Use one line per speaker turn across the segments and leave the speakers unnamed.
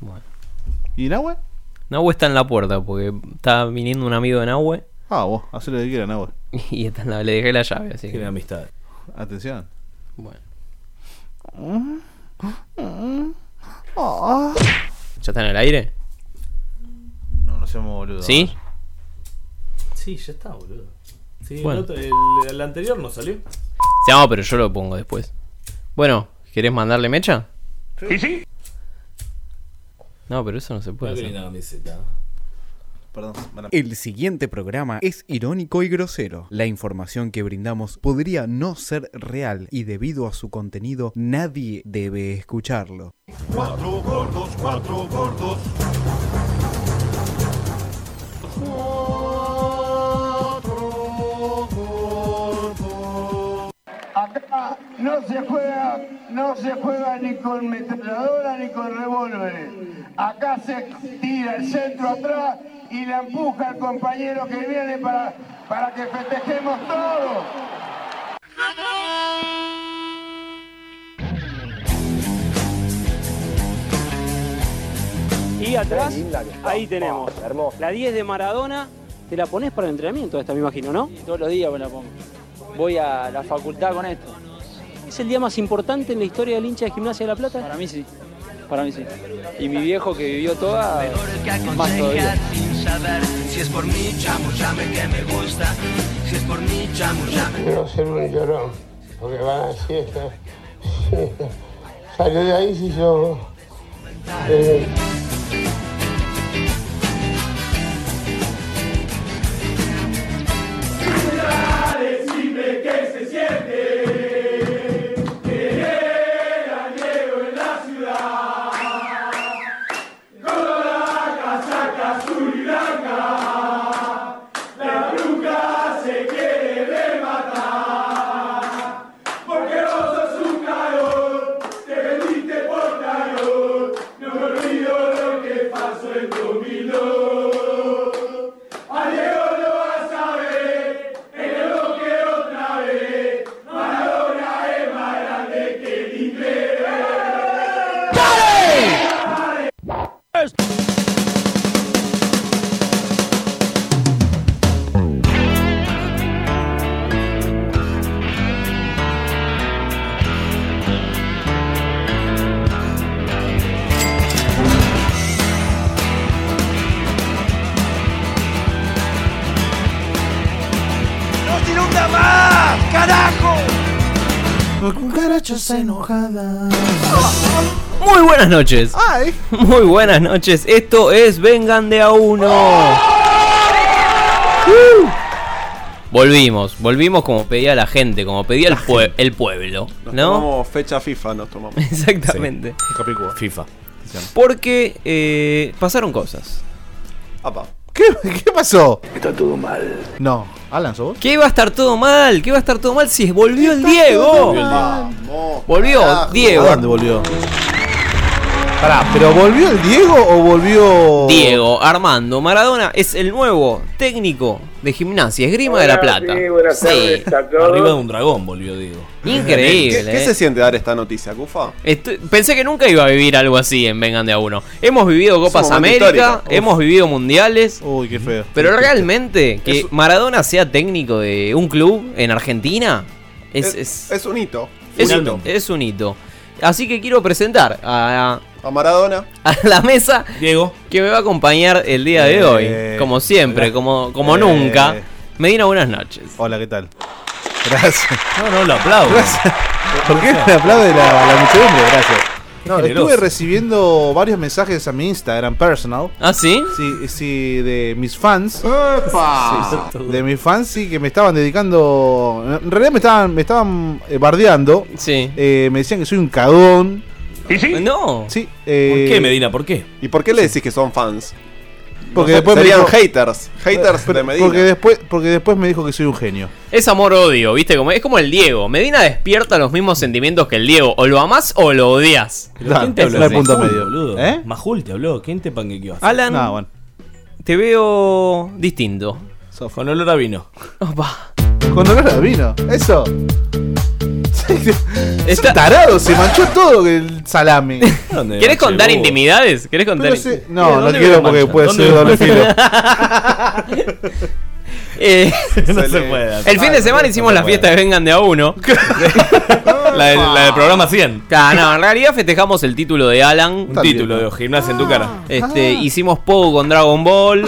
Bueno.
¿Y Nahue?
Nahue está en la puerta porque está viniendo un amigo de Nahue
Ah, vos, hacé lo que quieras, Nahue.
y está en la- le dejé la llave, así
Tiene
que.
amistad.
Atención.
Bueno.
Ah.
¿Ya está en el aire?
No, no seamos boludos.
¿Sí?
Sí, ya está, boludo. Sí,
Bueno.
el, otro- el- el anterior no salió.
Se llama, pero yo lo pongo después. Bueno, ¿querés mandarle mecha? No, pero eso no se puede
Mira qué
hacer.
linda camiseta.
Perdón, mala-
El siguiente programa es irónico y grosero. La información que brindamos podría no ser real y debido a su contenido nadie debe escucharlo.
Cuatro gordos, cuatro gordos.
Acá no se juega, no se juega ni con metralladora ni con revólveres. Acá se tira el centro atrás y la empuja al compañero que viene para, para que festejemos todos.
Y atrás, ahí tenemos. La 10 de Maradona, te la pones para el entrenamiento, esta me imagino, ¿no? todos los días me la pongo. Voy a la facultad con esto. ¿Es el día más importante en la historia del hincha de Gimnasia de la Plata? Para mí sí. Para mí sí. Y mi viejo que vivió toda. Más todavía.
No ser un llorón, porque van a las fiestas. Salió de ahí si yo. eh,
Muy buenas noches. Muy buenas noches. Esto es Vengan de a uno. Uh. Volvimos, volvimos como pedía la gente, como pedía el, pue- el pueblo,
Nos
¿no?
tomamos fecha FIFA, nos tomamos.
Exactamente.
Capicúa.
FIFA.
Porque eh, pasaron cosas.
Apa.
¿Qué, ¿Qué pasó? Está todo mal. No, Alan, ¿sos vos?
¿Qué va a estar todo mal? ¿Qué va a estar todo mal si volvió el Diego?
Vamos.
Volvió
carajo.
Diego.
¿A dónde volvió? Pará, ¿pero volvió el Diego o volvió.
Diego Armando Maradona es el nuevo técnico de gimnasia esgrima de la Plata.
buenas
Sí,
tardes a todos.
Arriba de un dragón volvió, digo.
¿Qué,
increíble.
qué
eh.
se siente dar esta noticia, Cufa?
Estu- pensé que nunca iba a vivir algo así en Vengan de a uno. Hemos vivido Copas
momento
América,
histórico. Uf.
hemos vivido mundiales,
Uy, qué feo.
pero realmente que Maradona sea técnico de un club en Argentina es, es,
es un hito.
es
un
un-
hito.
es un hito. Así que quiero presentar a,
A Maradona.
a la mesa
Diego.
que me va a acompañar el día de hoy,
Eh,
como siempre, como, como
eh.
nunca. Medina, buenas noches.
Hola, ¿qué tal? Gracias.
No, no, lo aplaudo.
¿Por qué me aplaude la, la muchedumbre? Gracias. No,
generoso.
estuve recibiendo varios mensajes a mi Instagram personal.
¿Ah, sí?
Sí, sí, de mis fans.
Ah.
Sí, de mis fans, sí, que me estaban dedicando. En realidad me estaban, me estaban eh, bardeando.
Sí.
Eh, me decían que soy un cagón.
Eh,
No.
Sí,
¿Por
eh,
qué, Medina? ¿Por qué?
¿Y por qué le decís que son fans?
Porque
No,
después me
serían
dijo-
haters. Haters
Pero-
de Medina.
Porque después, porque después me dijo que soy un genio.
Es amor-odio, ¿viste? Como, es como el Diego. Medina despierta los mismos sentimientos que el Diego. O lo amás o lo odias.
Da,
¿Quién te
no
habló?
hay punto
Majul,
medio.
boludo.
¿Eh? Ah,
Majul te habló. ¿Quién te panquequeó?
Alan,
No, bueno.
te veo distinto.
Con olor a vino.
Opa.
Con olor a vino. Eso. Es
Está-
un tarado, se manchó todo el salame.
¿Dónde
¿Querés
manché,
contar
vos?
intimidades? ¿Querés
Pero
contar?
se-
in-
no, no
¿Dónde
quiero porque
viene mancha?
puede
¿Dónde
ser doble
viene
filo.
Eh,
no se
Sale-
puede.
el fin de semana hicimos la fiesta de Vengan de a uno.
La, del- la del programa 100.
Ah, no, en realidad festejamos el título de Alan.
Un
Está bien. Ah.
título de gimnasia en tu cara.
Este, hicimos poco con Dragon Ball.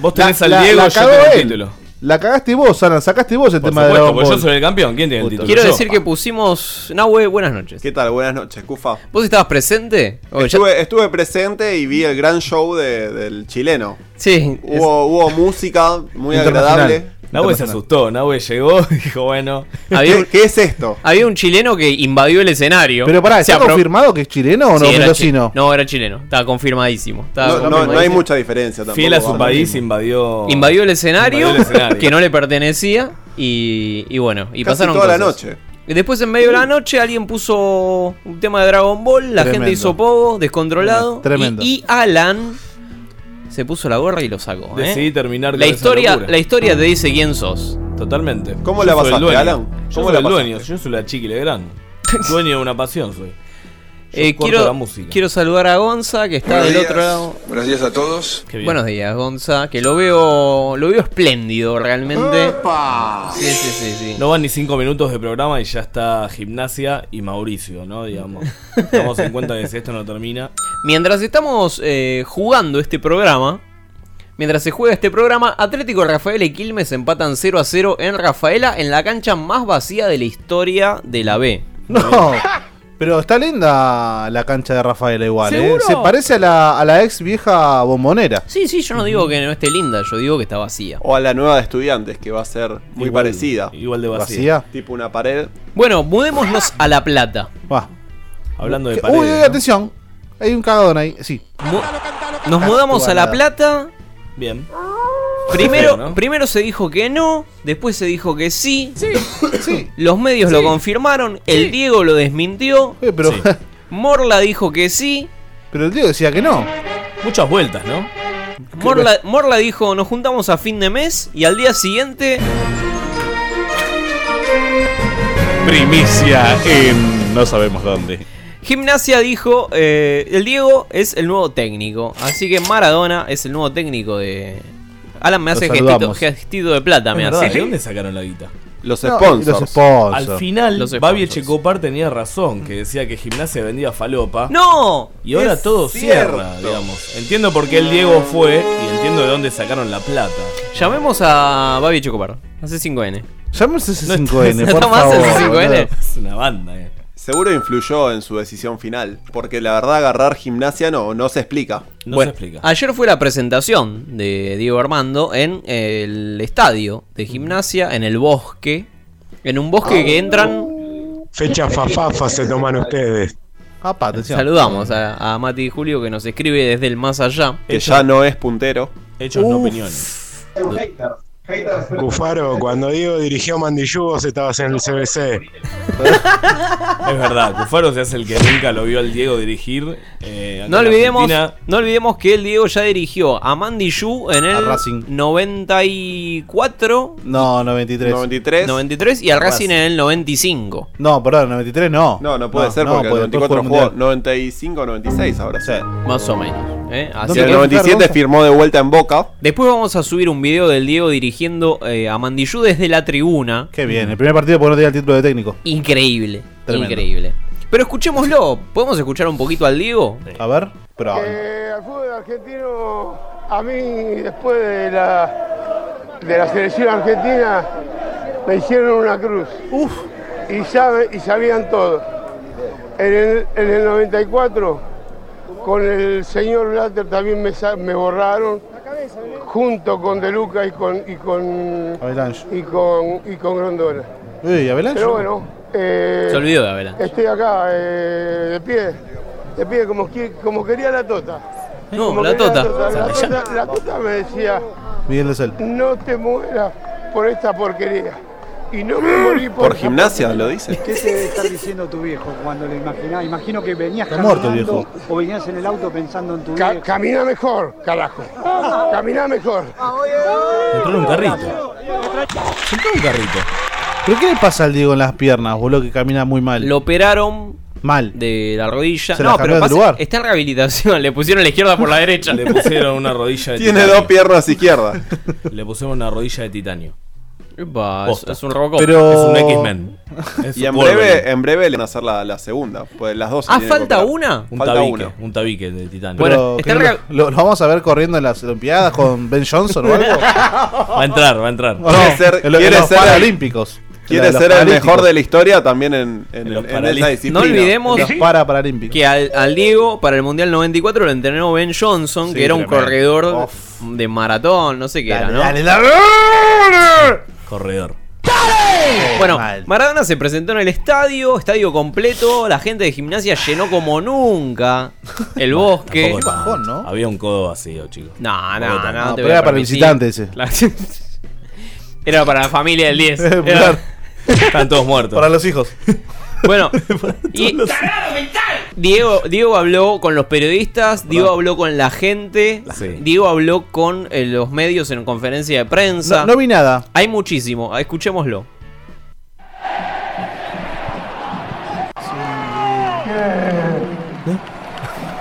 Vos tenés
La-
al
la-
Diego,
la
yo
cagó
tengo el
él.
título.
La cagaste vos, Alan, sacaste vos el
Por
tema de
supuesto,
Dragon
porque yo
Ball.
soy el campeón. ¿Quién tiene el título?
Quiero
Yo.
decir que pusimos. Nahue, buenas noches.
¿Qué tal? Buenas noches, Cufa.
¿Vos estabas presente? Oh, O ya-
Estuve, estuve presente y vi el gran show de- del chileno.
Sí. es-
Hubo, hubo música muy
Internacional.
agradable.
Nahue se asustó. Nahue llegó y dijo, bueno.
había,
¿Qué,
un,
qué es esto?
había un chileno que invadió el escenario.
Pero pará,
Se
¿está
apro-
confirmado que es chileno o no?
Sí, era chi-
mendocino?
No, era chileno. Estaba confirmadísimo. Estaba
No, no-
confirmadísimo.
no hay mucha diferencia tampoco.
Fiel a su
vamos.
país, invadió.
Invadió el escenario,
Invadió el escenario.
que no le pertenecía. Y, y bueno, y
Casi
pasaron
toda la
cosas.
noche.
Y después en medio de la noche alguien puso un tema de Dragon Ball, la
Tremendo.
gente hizo pogo, descontrolado.
Tremendo.
Y, y Alan se puso la gorra y lo sacó. ¿eh?
Decidí terminar con
La
esa
historia,
locura.
la historia te dice quién sos.
Totalmente.
¿Cómo
Yo
la
soy el
pasaste,
dueño.
Alan?
Yo
¿Cómo
soy
la
el
pasaste?
dueño, yo soy la chiqui Legrand. Dueño de una pasión soy. Yo
Eh,
corto
quiero,
la música.
quiero saludar a Gonza, que está del otro lado.
Buenos días a todos.
Qué bien.
Buenos días, Gonza, que lo veo, lo veo espléndido realmente. Sí, sí, sí, sí.
No van ni cinco minutos de programa y ya está Gimnasia y Mauricio, ¿no? Digamos. Tomamos en cuenta que si esto no termina.
Mientras estamos eh, jugando este programa, mientras se juega este programa, Atlético Rafaela y Quilmes empatan 0 a 0 en Rafaela en la cancha más vacía de la historia de la B.
No. Pero está linda la cancha de Rafaela igual, ¿eh?
¿Seguro?
Se parece a la, a la ex vieja bombonera.
Sí, sí, yo no digo que no esté linda, yo digo que está vacía.
O a la nueva de estudiantes, que va a ser muy
Igual-
parecida.
Igual de vacía.
¿Vacía?
Tipo una pared.
Bueno, mudémonos a La Plata.
Va.
Hablando de
Que-
paredes.
Uy, uy,
¿no?
atención. Hay un cagadón ahí. Sí.
Mu- Nos mudamos a La Plata.
Bien.
Primero,
¿no?
primero se dijo que no, después se dijo que sí.
Sí.
Los medios lo confirmaron, el Diego lo desmintió,
Eh, pero,
Sí.
Morla dijo que sí,
pero el tío decía que no.
Muchas vueltas, ¿no?
Morla, Morla dijo, nos juntamos a fin de mes y al día siguiente...
Primicia.
No sabemos dónde.
Gimnasia dijo, eh, el Diego es el nuevo técnico, así que Maradona es el nuevo técnico de... Alan me
Lo
hace gestito,
saludamos.
gestito de plata, me hace.
¿eh? ¿De dónde sacaron la guita?
Los
No,
sponsors.
Los sponsors.
Al final,
Los sponsors.
Babi Echecopar tenía razón, que decía que Gimnasia vendía falopa.
¡No!
Y ahora
Es
todo
cierto.
cierra, digamos. Entiendo por qué el Diego fue y entiendo de dónde sacaron la plata.
Llamemos a Babi Chocopar, hace 5N.
Llámese
No
C5N, Eh, por
está más
favor.
el C5N.
boludo.
Es una banda, eh.
Seguro influyó en su decisión final. Porque la verdad, agarrar gimnasia no, no se explica.
No
Bueno,
se explica.
ayer fue la presentación de Diego Armando en el estadio de gimnasia, en el bosque. En un bosque que entran.
Fecha fafafa se toman ustedes.
Apa, atención.
Saludamos a, a Mati y Julio que nos escribe desde el más allá.
Que ya no es puntero.
Hechos no opiniones.
Cufaro, cuando Diego dirigió Mandillugos estabas en el CBC.
Es verdad, Cufaro se hace el que nunca lo vio al Diego dirigir. eh, acá
No
en
olvidemos,
Argentina.
no olvidemos que el Diego ya dirigió a Mandy Yu en
A
el
Racing.
94,
No, 93.
93.
93 y al Racing
Racing.
en el 95.
No, perdón, 93 no.
No, no puede ser porque el
porque después
94
fue
jugó
el
95, 96 ahora.
Mundial. Sí.
Más o menos. ¿eh? Así
¿Dónde
que-
Y el
quedó
97
Gonza?
firmó de vuelta en Boca.
después vamos a subir un video del Diego dirigiendo eh, a Mandy Yu desde la tribuna.
Qué bien. El primer partido porque no tenía el título de técnico.
Increíble,
Tremendo.
increíble. Pero escuchémoslo, ¿podemos escuchar un poquito al Diego?
A ver. Pero.
Eh, al fútbol argentino, a mí después de la, de la selección argentina, me hicieron una cruz. Uf. Y, sabe- y sabían todo. En el, en el 94, con el señor Blatter también me, sa- me borraron, junto con De Luca y con, y con,
Avelange.
y con, y con Grondona.
Uy, Avelange.
Pero bueno, eh,
Se olvidó de Abela.
Estoy acá, eh, de pie, de pie como, qui- como quería la tota.
No,
Como
la
quería
tota.
La tota, la tota me decía,
Miguel de Cel.
no te mueras por esta porquería. Y no me morí por,
Por
esta
gimnasia, lo dice.
¿Qué te está diciendo tu viejo cuando lo imaginás? Imagino que venías
Está muerto el caminando viejo.
o venías en el auto pensando en tu
Ca- camina mejor, carajo. Camina mejor.
Entró en un carrito. Entró en un carrito.
¿Pero qué le pasa al Diego en las piernas, boludo, que camina muy mal?
Lo operaron
mal
de la rodilla.
Se la
no, pero
cambiaron de
pasa-
lugar.
está en rehabilitación. Le pusieron la izquierda por la derecha.
Le pusieron una rodilla de
Tiene
titanio.
dos piernas izquierdas.
Le pusieron una rodilla de titanio.
Epa,
Posta.
es- es un Robocop.
Es un X-Men. Es
Y en
Wolverine.
breve, eh, en breve le van a hacer la, la segunda. Pues las dos. se
Ah,
tienen que
¿falta
operar.
una?
Un
Falta
tabique,
una.
un tabique de titanio.
Pero, ¿qué lo, lo- lo vamos a ver corriendo en las Olimpiadas con Ben Johnson o algo?
va a entrar, va a entrar.
O no, en lo- en los Paralímpicos. En la
Quiere
de los
ser el
Paralímpicos.
mejor de la historia también en, en, en esa
No
disciplina.
olvidemos
Los para paralímpicos.
que al, al Diego para el Mundial 94 lo entrenó Ben Johnson,
Sí,
que era un
tremendo.
corredor de maratón, no sé qué era, ¿no?
Dale, dale,
Corredor.
Bueno, Maradona se presentó en el estadio, estadio completo, la gente de gimnasia llenó como nunca el bosque.
Tampoco tan- Había un codo vacío, chicos.
No, no,
Tampoco
no,
tan-
te
pero
voy a
era para el
permitir.
visitante ese.
La- Era para la familia del 10. Era-
Claro.
Están todos muertos.
Para los hijos.
Bueno, y Diego, Diego habló con los periodistas, Diego habló con la gente,
Sí.
Diego habló con eh, los medios en conferencia de prensa.
No, no vi nada.
Hay muchísimo, escuchémoslo.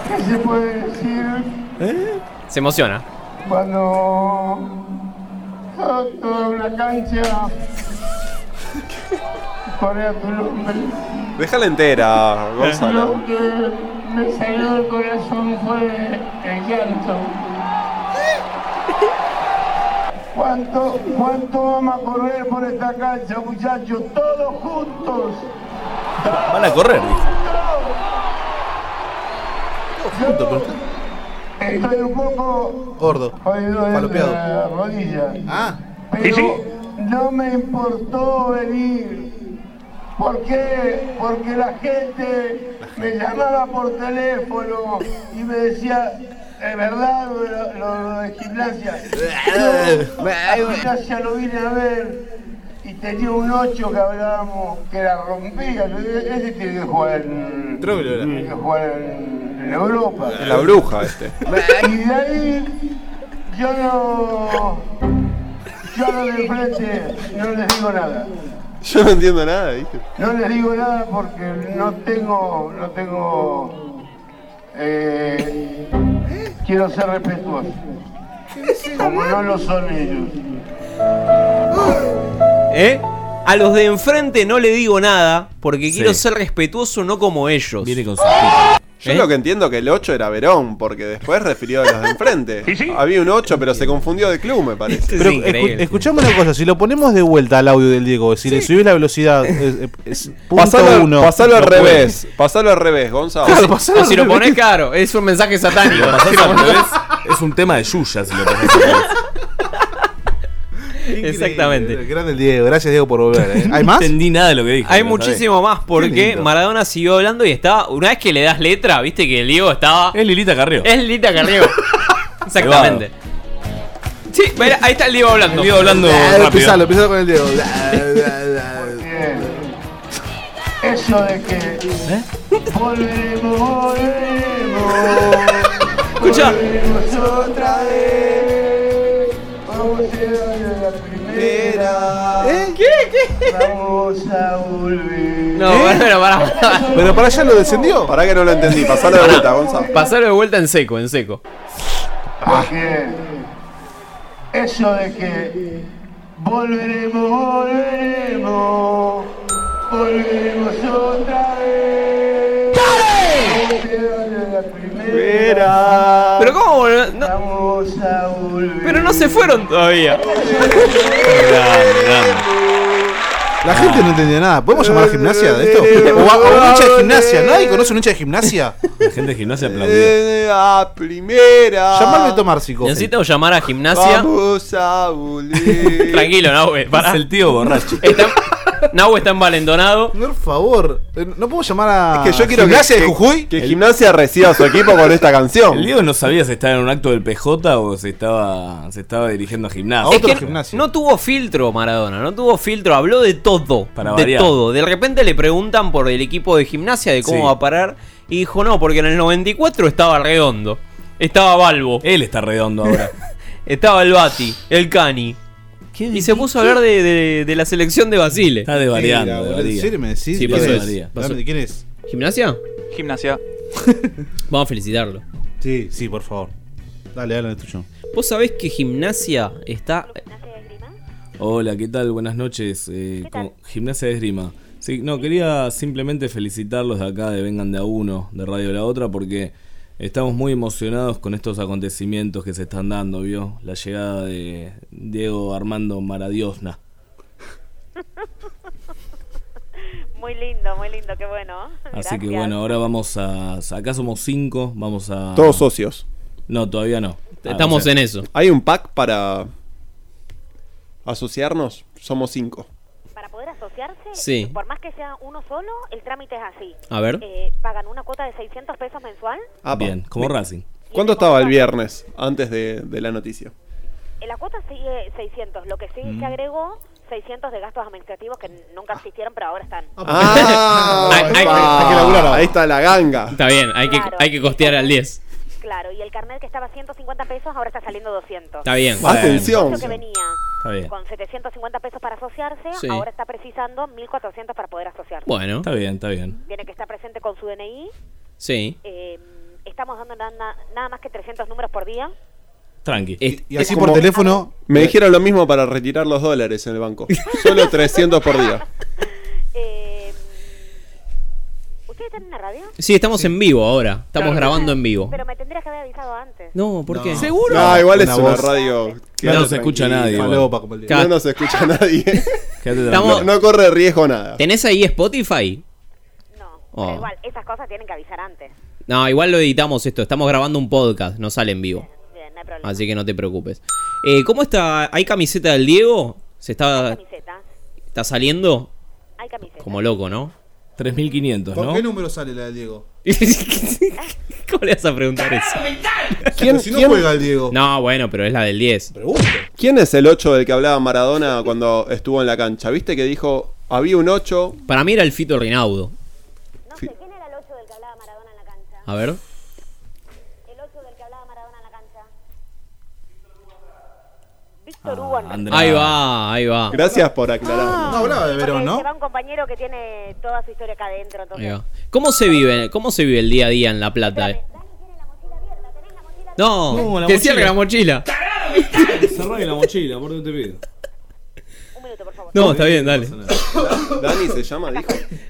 ¿Qué se puede decir
¿Eh? Se emociona.
cuando está toda una cancha pone a tu nombre?
Déjala entera, Gonzalo.
Lo que me salió del corazón fue el llanto. ¿Cuánto, ¿Cuánto vamos a correr por esta cancha, muchachos? Todos juntos.
Van a correr, dijo.
Estoy un poco
Gordo.
jodido de
Palopeado.
la rodilla.
Ah.
Pero no me importó venir. ¿Por qué? Porque la gente me llamaba por teléfono y me decía, es verdad lo, de- lo- lo de gimnasia. Yo a gimnasia lo vine a ver y tenía un 8 que hablábamos que la rompía. Yo dije, Ese tiene que jugar en, tiene que jugar en- en Europa.
La bruja este.
Y de ahí yo no. Yo no de frente no les digo nada.
Yo no entiendo nada, ¿viste?
No les digo nada porque no tengo. No tengo. eh, quiero ser respetuoso. Como no lo son ellos.
¿Eh? A los de enfrente no le digo nada porque
Sí.
quiero ser respetuoso, no como ellos.
Viene con sus picos.
Yo
¿Eh?
lo que entiendo que el 8 era Verón, porque después refirió a los de enfrente. Había un 8, pero se confundió de club, me parece.
Pero
Este es increíble.
escu- escuchame una cosa, si lo ponemos de vuelta al audio del Diego, si le subís la velocidad, es, es- es punto
Pasalo,
uno.
pasalo al
No
revés. Pasalo al revés, Gonzalo.
Claro, pasalo
O
al
si lo
revés.
pones caro, es un mensaje satánico.
Lo
Si
pasás
lo
al
pones-
revés, Es un tema de Yuya si lo pasás al revés.
Increíble,
Exactamente.
Grande el Diego, gracias Diego por volver. ¿eh? ¿Hay
No
más?
entendí nada de lo que dije.
Hay
lo
muchísimo más porque
lindo.
Maradona siguió hablando y estaba. Una vez que le das letra, viste que el Diego estaba.
sabés. Es Lilita Carrió.
Es Lita Carriego. Exactamente. Sí, mira, ahí está el Diego hablando.
El Diego hablando
Ah,
rápido.
Empezalo, empezalo con el Diego. La, la, la.
Bien. Eso de que. Volveremos, volveremos.
Escuchá.
Volveremos otra vez. Vamos a llegar a la primera.
¿Eh?
Vamos a volver.
No, bueno, para.
Pero para allá lo descendió.
Pará que no lo entendí. Pasalo de vuelta, Gonzalo.
Pasarlo de vuelta en seco, en seco.
Porque eso de que volveremos, volveremos, volveremos otra vez. Vamos a llegar a la primera.
Pero cómo volver- no,
Vamos a volver.
Pero no se fueron todavía.
Grande, grande.
La gente no entendió nada. ¿Podemos llamar a gimnasia de esto? O, a- o un hincha de gimnasia. ¿Nadie conoce un hincha de gimnasia?
La gente de gimnasia aplaudió.
Eh, A primera.
Llamarle a Tomársico.
Necesito llamar a gimnasia.
Vamos a volver.
Tranquilo, Nahue. Pará.
Es el tío borracho.
Está, Nahue está envalentonado.
Por favor, eh, no puedo llamar a.
Es que yo quiero que-
gimnasia de
que-
Jujuy.
Que gimnasia reciba a su equipo con esta canción.
El Diego no sabía si estaba en un acto del PJ o se estaba, se estaba dirigiendo a gimnasia.
Es que
Otro gimnasio.
no tuvo filtro Maradona, no tuvo filtro, habló de todo,
Para
de
variar.
todo. De repente le preguntan por el equipo de gimnasia, de cómo
Sí.
va a parar, y dijo no, porque en el 94 estaba redondo, estaba Balbo,
Él está redondo ahora.
estaba el Bati, el Cani, Y se puso a hablar de, de- de la selección de Basile. Está
de variando, Mira, de boludo, ¿en varía. serio me decís? Sí, ¿Quién pasó de es? varía. Dame,
¿quién es?
¿Gimnasia?
Gimnasia.
Vamos a felicitarlo.
Sí, sí, por favor. Dale, dale, es tuyo.
¿Vos sabés que Gimnasia está.
Hola, ¿qué tal? Buenas noches. eh, con Gimnasia de Esgrima. Sí, no, quería simplemente felicitarlos de acá, de Vengan de a uno, de Radio La Otra, porque estamos muy emocionados con estos acontecimientos que se están dando, ¿vio? La llegada de Diego Armando Maradiosna.
Muy lindo, muy lindo, qué bueno.
Así que bueno, ahora vamos a. Acá somos cinco, vamos a.
Todos socios.
No, todavía no.
Estamos en eso.
¿Hay un pack para asociarnos? Somos cinco.
Para poder asociarse,
Sí.
por más que sea uno solo, el trámite es así.
A ver.
Eh, pagan una cuota de 600 pesos mensual.
Ah, pa.
Bien, como Racing.
¿Cuánto estaba el viernes antes de, de la noticia?
Eh, La cuota sigue 600, lo que sí
Mm.
se agregó 600 de gastos administrativos que nunca existieron, pero ahora están.
Ah,
Hay- hay-
pa.
hay que laburar ahora.
ahí está la ganga.
Está bien, hay que, hay que costear al 10.
Claro, y el carnet que estaba a 150 pesos ahora está saliendo 200.
Está bien.
Bueno.
Atención.
Eso que venía
Está bien.
con 750 pesos para asociarse,
Sí.
ahora está precisando 1400 para poder asociarse.
Bueno.
Está bien, está bien.
Tiene que estar presente con su DNI.
Sí.
Eh, estamos dando na- na- nada más que 300 números por día.
Tranqui.
y así por teléfono.
Me dijeron lo mismo para retirar los dólares en el banco. Solo 300 por día.
Eh, ¿Ustedes están en la radio?
Sí, estamos en vivo ahora. Estamos
Claro.
grabando en vivo.
Pero me tendrías que haber avisado antes.
No, ¿por qué?
¿Seguro? No, igual es una radio. que
No
anda
nos escucha
tranquila.
nadie.
Falopa,
igual.
como el día. No nos escucha nadie.
Estamos-
No, no corre riesgo nada.
¿Tenés ahí Spotify? No.
Pero igual, esas cosas tienen que avisar antes.
No, igual lo editamos esto. Estamos grabando un podcast, no sale en vivo.
Bien, no hay problema.
Así que no te preocupes. Eh, ¿Cómo está? ¿Hay camiseta del Diego? ¿Se está,
Camiseta.
está saliendo?
Hay camiseta.
Como loco, ¿no?
3.500,
¿Con qué número sale la de Diego?
¿Cómo le vas a preguntar eso?
¿Quién-
si no
quién-
juega el Diego?
No, bueno, pero es la del 10.
¿Quién es el 8 del que hablaba Maradona cuando estuvo en la cancha? ¿Viste que dijo, había un 8?
Para mí era el Fito Rinaudo. A ver.
Víctor Hugo Andrés.
Ahí va, ahí va.
Gracias por aclarar.
No hablaba de Verón,
Porque
¿no?
Se va un compañero que tiene toda su historia acá adentro.
Ahí
Entonces,
va. ¿Cómo se vive, cómo se vive el día a día en La Plata? eh?
No,
No,
la
que
mochila.
cierre la mochila.
Cerrame la mochila, por Dios te pido.
No, está bien, dale.
Dani se llama, dijo.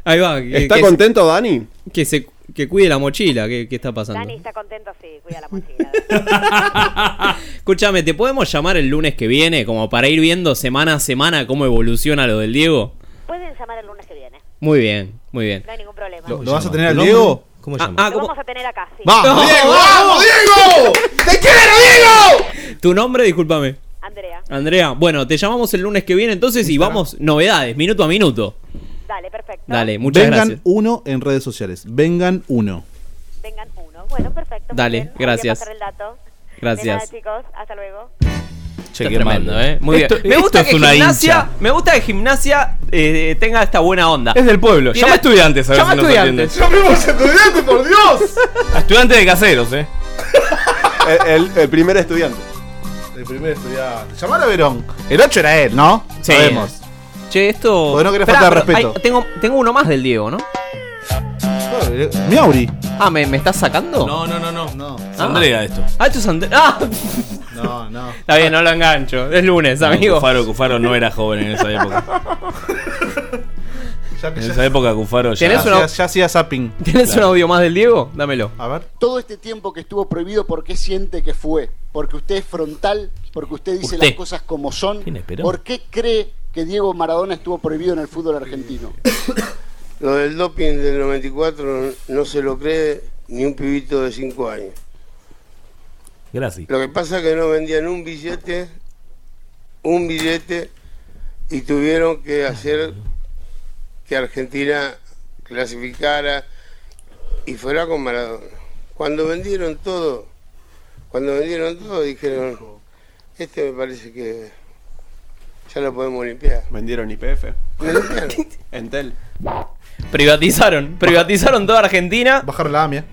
Ahí va. que-
¿Está
que-
contento Dani?
Que se que cuide la mochila, ¿qué, qué está pasando?
Dani está contento, sí, cuida la mochila.
Escúchame, ¿te podemos llamar el lunes que viene como para ir viendo semana a semana cómo evoluciona lo del Diego?
Pueden llamar el lunes que viene.
Muy bien, muy bien.
No hay ningún problema.
¿Lo, lo vas a tener al Diego? ¿Cómo
llama? Ah,
Lo vamos a tener acá, sí.
¡Vamos,
¡Vamos,
Diego!
vamos,
Diego! ¡Te quiero, Diego!
¿Tu nombre? Discúlpame.
Andrea.
Andrea, bueno, te llamamos el lunes que viene entonces y vamos novedades, minuto a minuto.
Dale, perfecto.
Dale, muchas
Vengan
gracias.
uno en redes sociales. Vengan uno.
Vengan uno. Bueno, perfecto. muy
Dale,
bien. Voy a
gracias.
pasar el dato.
Gracias.
De nada, chicos. Hasta luego.
Está tremendo, ¿eh? Muy
Esto-
bien. Me
esto
gusta,
es
que
una
gimnasia,
hincha.
me gusta que gimnasia eh, tenga esta buena onda.
Es del pueblo.
Tiene-
Llama a estudiantes a ver
Llama
si nos
estudiantes.
atienden.
¡Llamemos estudiante, por Dios!
A estudiantes de caseros, eh.
Ah.
El, el- el primer estudiante.
El primer estudiante. Llamar a Verón. El 8 era él, ¿no?
Sí.
Sabemos.
Che, esto.
Porque no querés
Esperá,
faltar
pero
respeto.
hay- tengo, tengo uno más del Diego, ¿no?
Miauri.
Ah, ¿me, me estás sacando?
No, no, no, no.
No.
Es Andrea esto.
Ah, esto es Andrea. ¡Ah!
No, no.
Está bien, no lo engancho. Es lunes,
No,
amigo.
Cufaro, Cufaro no era joven en esa época.
Ya,
En esa época Cufaro ya.
¿Tenés una-
ya hacía zapping.
¿Tenés un audio más del Diego? Dámelo.
A ver.
Todo este tiempo que estuvo prohibido, ¿por qué siente que fue? Porque usted es frontal, porque usted dice
Usted.
las cosas como son.
Inesperado.
¿Por qué cree que Diego Maradona estuvo prohibido en el fútbol argentino?
Lo del doping del 94 no se lo cree ni un pibito de 5 años.
Gracias.
Lo que pasa es que no vendían un billete, un billete, y tuvieron que hacer que Argentina clasificara y fuera con Maradona. Cuando vendieron todo, cuando vendieron todo dijeron, este me parece que ya lo podemos limpiar.
Vendieron IPF.
Me limpiaron.
Entel.
Privatizaron. Privatizaron toda Argentina.
eh. Bajaron la AMIA.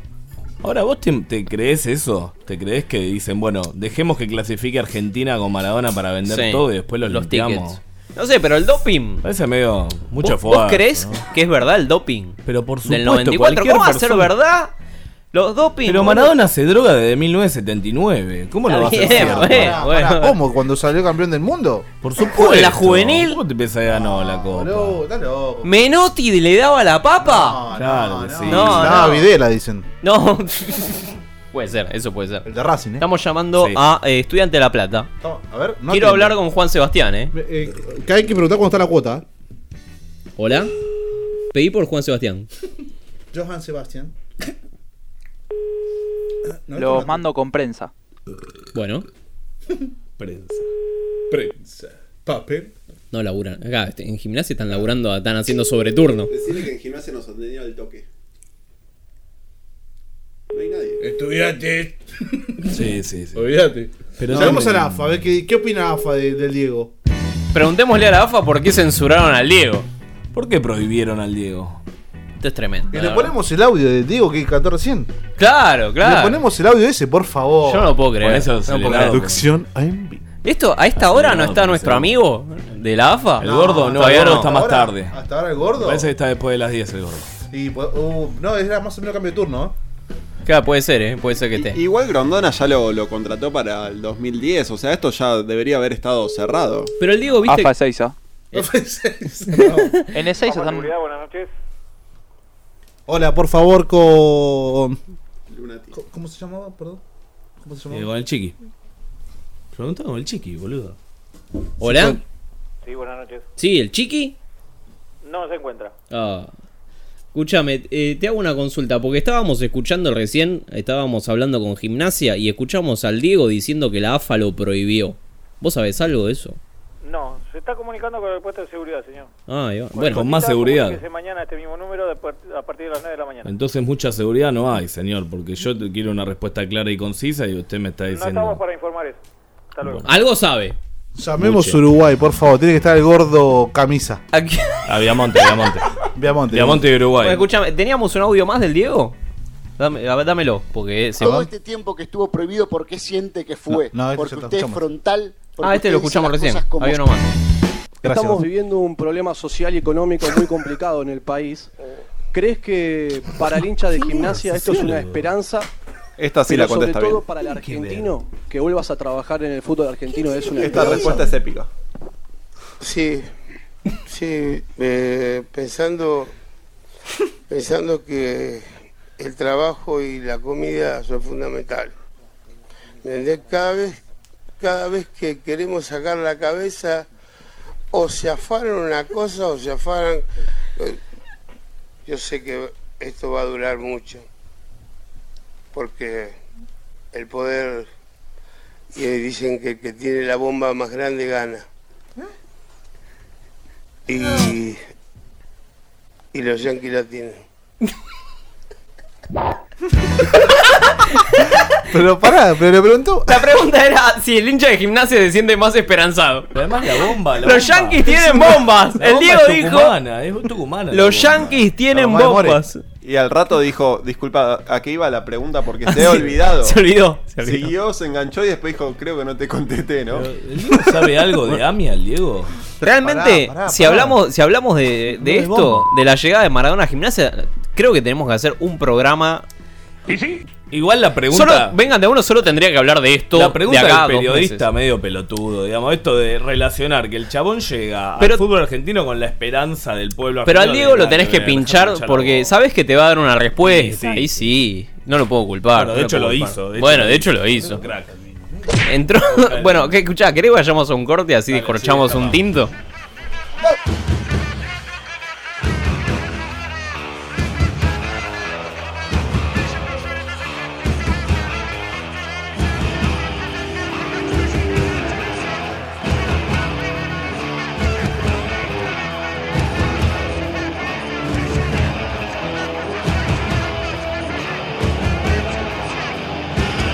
Ahora, ¿vos te, te crees eso? ¿Te crees que dicen, bueno, dejemos que clasifique Argentina con Maradona para vender
Sí.
todo y después lo
Los
limpiamos?
tickets. No sé, pero el doping.
Parece medio mucho
¿Vos,
fuego.
vos crees que es verdad el doping?
Pero por
Del
supuesto,
94, ¿cómo va a
cualquier
ser
persona-
verdad? Los doping.
Pero
boludo.
Maradona se droga desde 1979. ¿Cómo lo
Está
va a hacer?
bien,
cierto?
bueno, eh, bueno.
Pará, ¿Cómo? ¿Cuando salió campeón del mundo?
Por supuesto.
¿La juvenil?
¿Cómo te pensás que ganó la copa?
Boludo, está loco.
¿Menotti le daba la papa?
claro que sí.
No,
Ah,
no.
Videla, dicen.
No. puede ser, eso puede ser. El ¿eh?
de Racing,
Estamos llamando a eh, Estudiante de La Plata.
A ver, no atiende.
Quiero hablar con Juan Sebastián, ¿eh?
Eh, que hay que preguntar cuándo está la cuota.
Hola. Pedí por Juan Sebastián.
Johan Sebastián.
Lo mando con prensa.
Bueno,
Prensa.
Prensa. Papel.
no laburan. Acá este, en gimnasia están laburando, están haciendo sobreturno.
Decirle que en gimnasia nos atendía al toque.
Estudiantes.
Sí, sí, sí.
Olvídate.
Pero
Pero Llamemos
no-
a la AFA, a ver qué, qué opina AFA de- del Diego.
Preguntémosle a la AFA por qué censuraron al Diego.
¿Por qué prohibieron al Diego?
Esto es tremendo.
Y
la
le
verdad.
ponemos el audio de Diego que cantó recién.
Claro, claro.
Le ponemos el audio ese, por favor.
Yo no lo puedo creer.
Por
No lo puedo
acelerado,
creer.
Producción a envi-
¿Esto? ¿A esta hora no
Acelerado,
está nuestro
acelerado.
amigo de la AFA?
El gordo no, el
todavía
gordo
no.
está más tarde.
Hasta ahora el gordo.
Parece que está después de las 10 el gordo.
Y, pues, uh, no, era más o menos cambio de turno. ¿eh?
Claro, puede ser, ¿eh? Puede ser que esté.
Igual Grondona ya lo, lo contrató para el 2010, o sea, esto ya debería haber estado cerrado.
Pero el Diego,
AFA Ezeiza. En Ezeiza están.
Hola, por favor, con.
Co- ¿Cómo se llamaba? Perdón. ¿Cómo se
Eh,
llamaba?
con el chiqui. Pregunta con el chiqui, boludo.
¿Hola?
Sí, buenas noches.
Sí, el Chiqui.
No se encuentra.
Ah. Escúchame, eh, te hago una consulta, porque estábamos escuchando recién, estábamos hablando con gimnasia y escuchamos al Diego diciendo que la AFA lo prohibió. ¿Vos sabés algo de eso?
No, se está comunicando con el puesto de seguridad, señor.
Ah, ahí va.
Bueno,
bueno,
con más seguridad.
Comuníquese mañana a este mismo número de par- a partir de las 9 de la mañana.
Entonces mucha seguridad no hay, señor, porque yo te quiero una respuesta clara y concisa y usted me está
No
diciendo...
estamos para informar eso. Hasta luego.
algo sabe.
Llamemos
Mucho.
Uruguay, por favor. Tiene que estar el gordo camisa.
A Viamonte, Viamonte.
Viamonte.
Viamonte de Uruguay.
Bueno, escúchame, ¿teníamos un audio más del Diego? Dame- a ver, dámelo, porque se
Todo
va.
este tiempo que estuvo prohibido, ¿por qué siente que fue?
No, no, este
porque
ya lo
usted es
escuchamos.
frontal. porque
Ah, este
usted
lo
dice
escuchamos
las
recién.
cosas como
Había uno más.
Estamos viviendo un problema social y económico muy complicado en el país. ¿Crees que para el hincha de gimnasia esto es una esperanza?
Esta sí
Pero
la contesta
sobre todo
bien.
para el argentino, que vuelvas a trabajar en el fútbol argentino es una
Esta
esperanza.
respuesta es épica.
Sí, sí, eh, pensando, pensando que el trabajo y la comida son fundamental. ¿Entendés? Cada vez, cada vez que queremos sacar la cabeza, o se afanan una cosa o se afanan. eh, Yo sé que esto va a durar mucho, porque el poder, y dicen que el que tiene la bomba más grande gana. Y, y los Yankees la tienen.
Pero pará, pero le preguntó.
La pregunta era si el hincha de gimnasia se siente más esperanzado.
Además la bomba, la
Los
bomba.
Yankees tienen bombas.
La
el
bomba
Diego
es
dijo.
tucumana, es tucumana la
Los
bomba.
Yankees tienen
Tomás de More.
bombas.
Y al rato dijo, disculpa, ¿a qué iba la pregunta? Porque te he olvidado.
se olvidó, se olvidó.
Siguió, se enganchó y después dijo, creo que no te contesté, ¿no?
¿Sabe algo de Amia, el Diego?
Realmente,
Pará, pará,
si
pará.
hablamos, si hablamos de, de
No hay
esto,
bomba.
de la llegada de Maradona a gimnasia, creo que tenemos que hacer un programa.
Igual la pregunta-
Solo, vengan de a uno, solo tendría que hablar de esto.
La pregunta
de acá a
del
dos
periodista
meses.
medio pelotudo, digamos, esto de relacionar que el chabón llega
Pero-
al fútbol argentino con la esperanza del pueblo
Pero al
argentino
Diego
de-
lo tenés que
de- de- de-
pinchar
escucharlo.
porque sabes que te va a dar una respuesta.
Sí, sí.
Ahí sí. No lo puedo culpar.
Bueno,
no
de hecho
puedo
lo
culpar.
hizo.
bueno, de hecho lo hizo.
Crack.
Entró. bueno, ¿qué, escuchá, ¿querés que vayamos a un corte así descorchamos un tinto?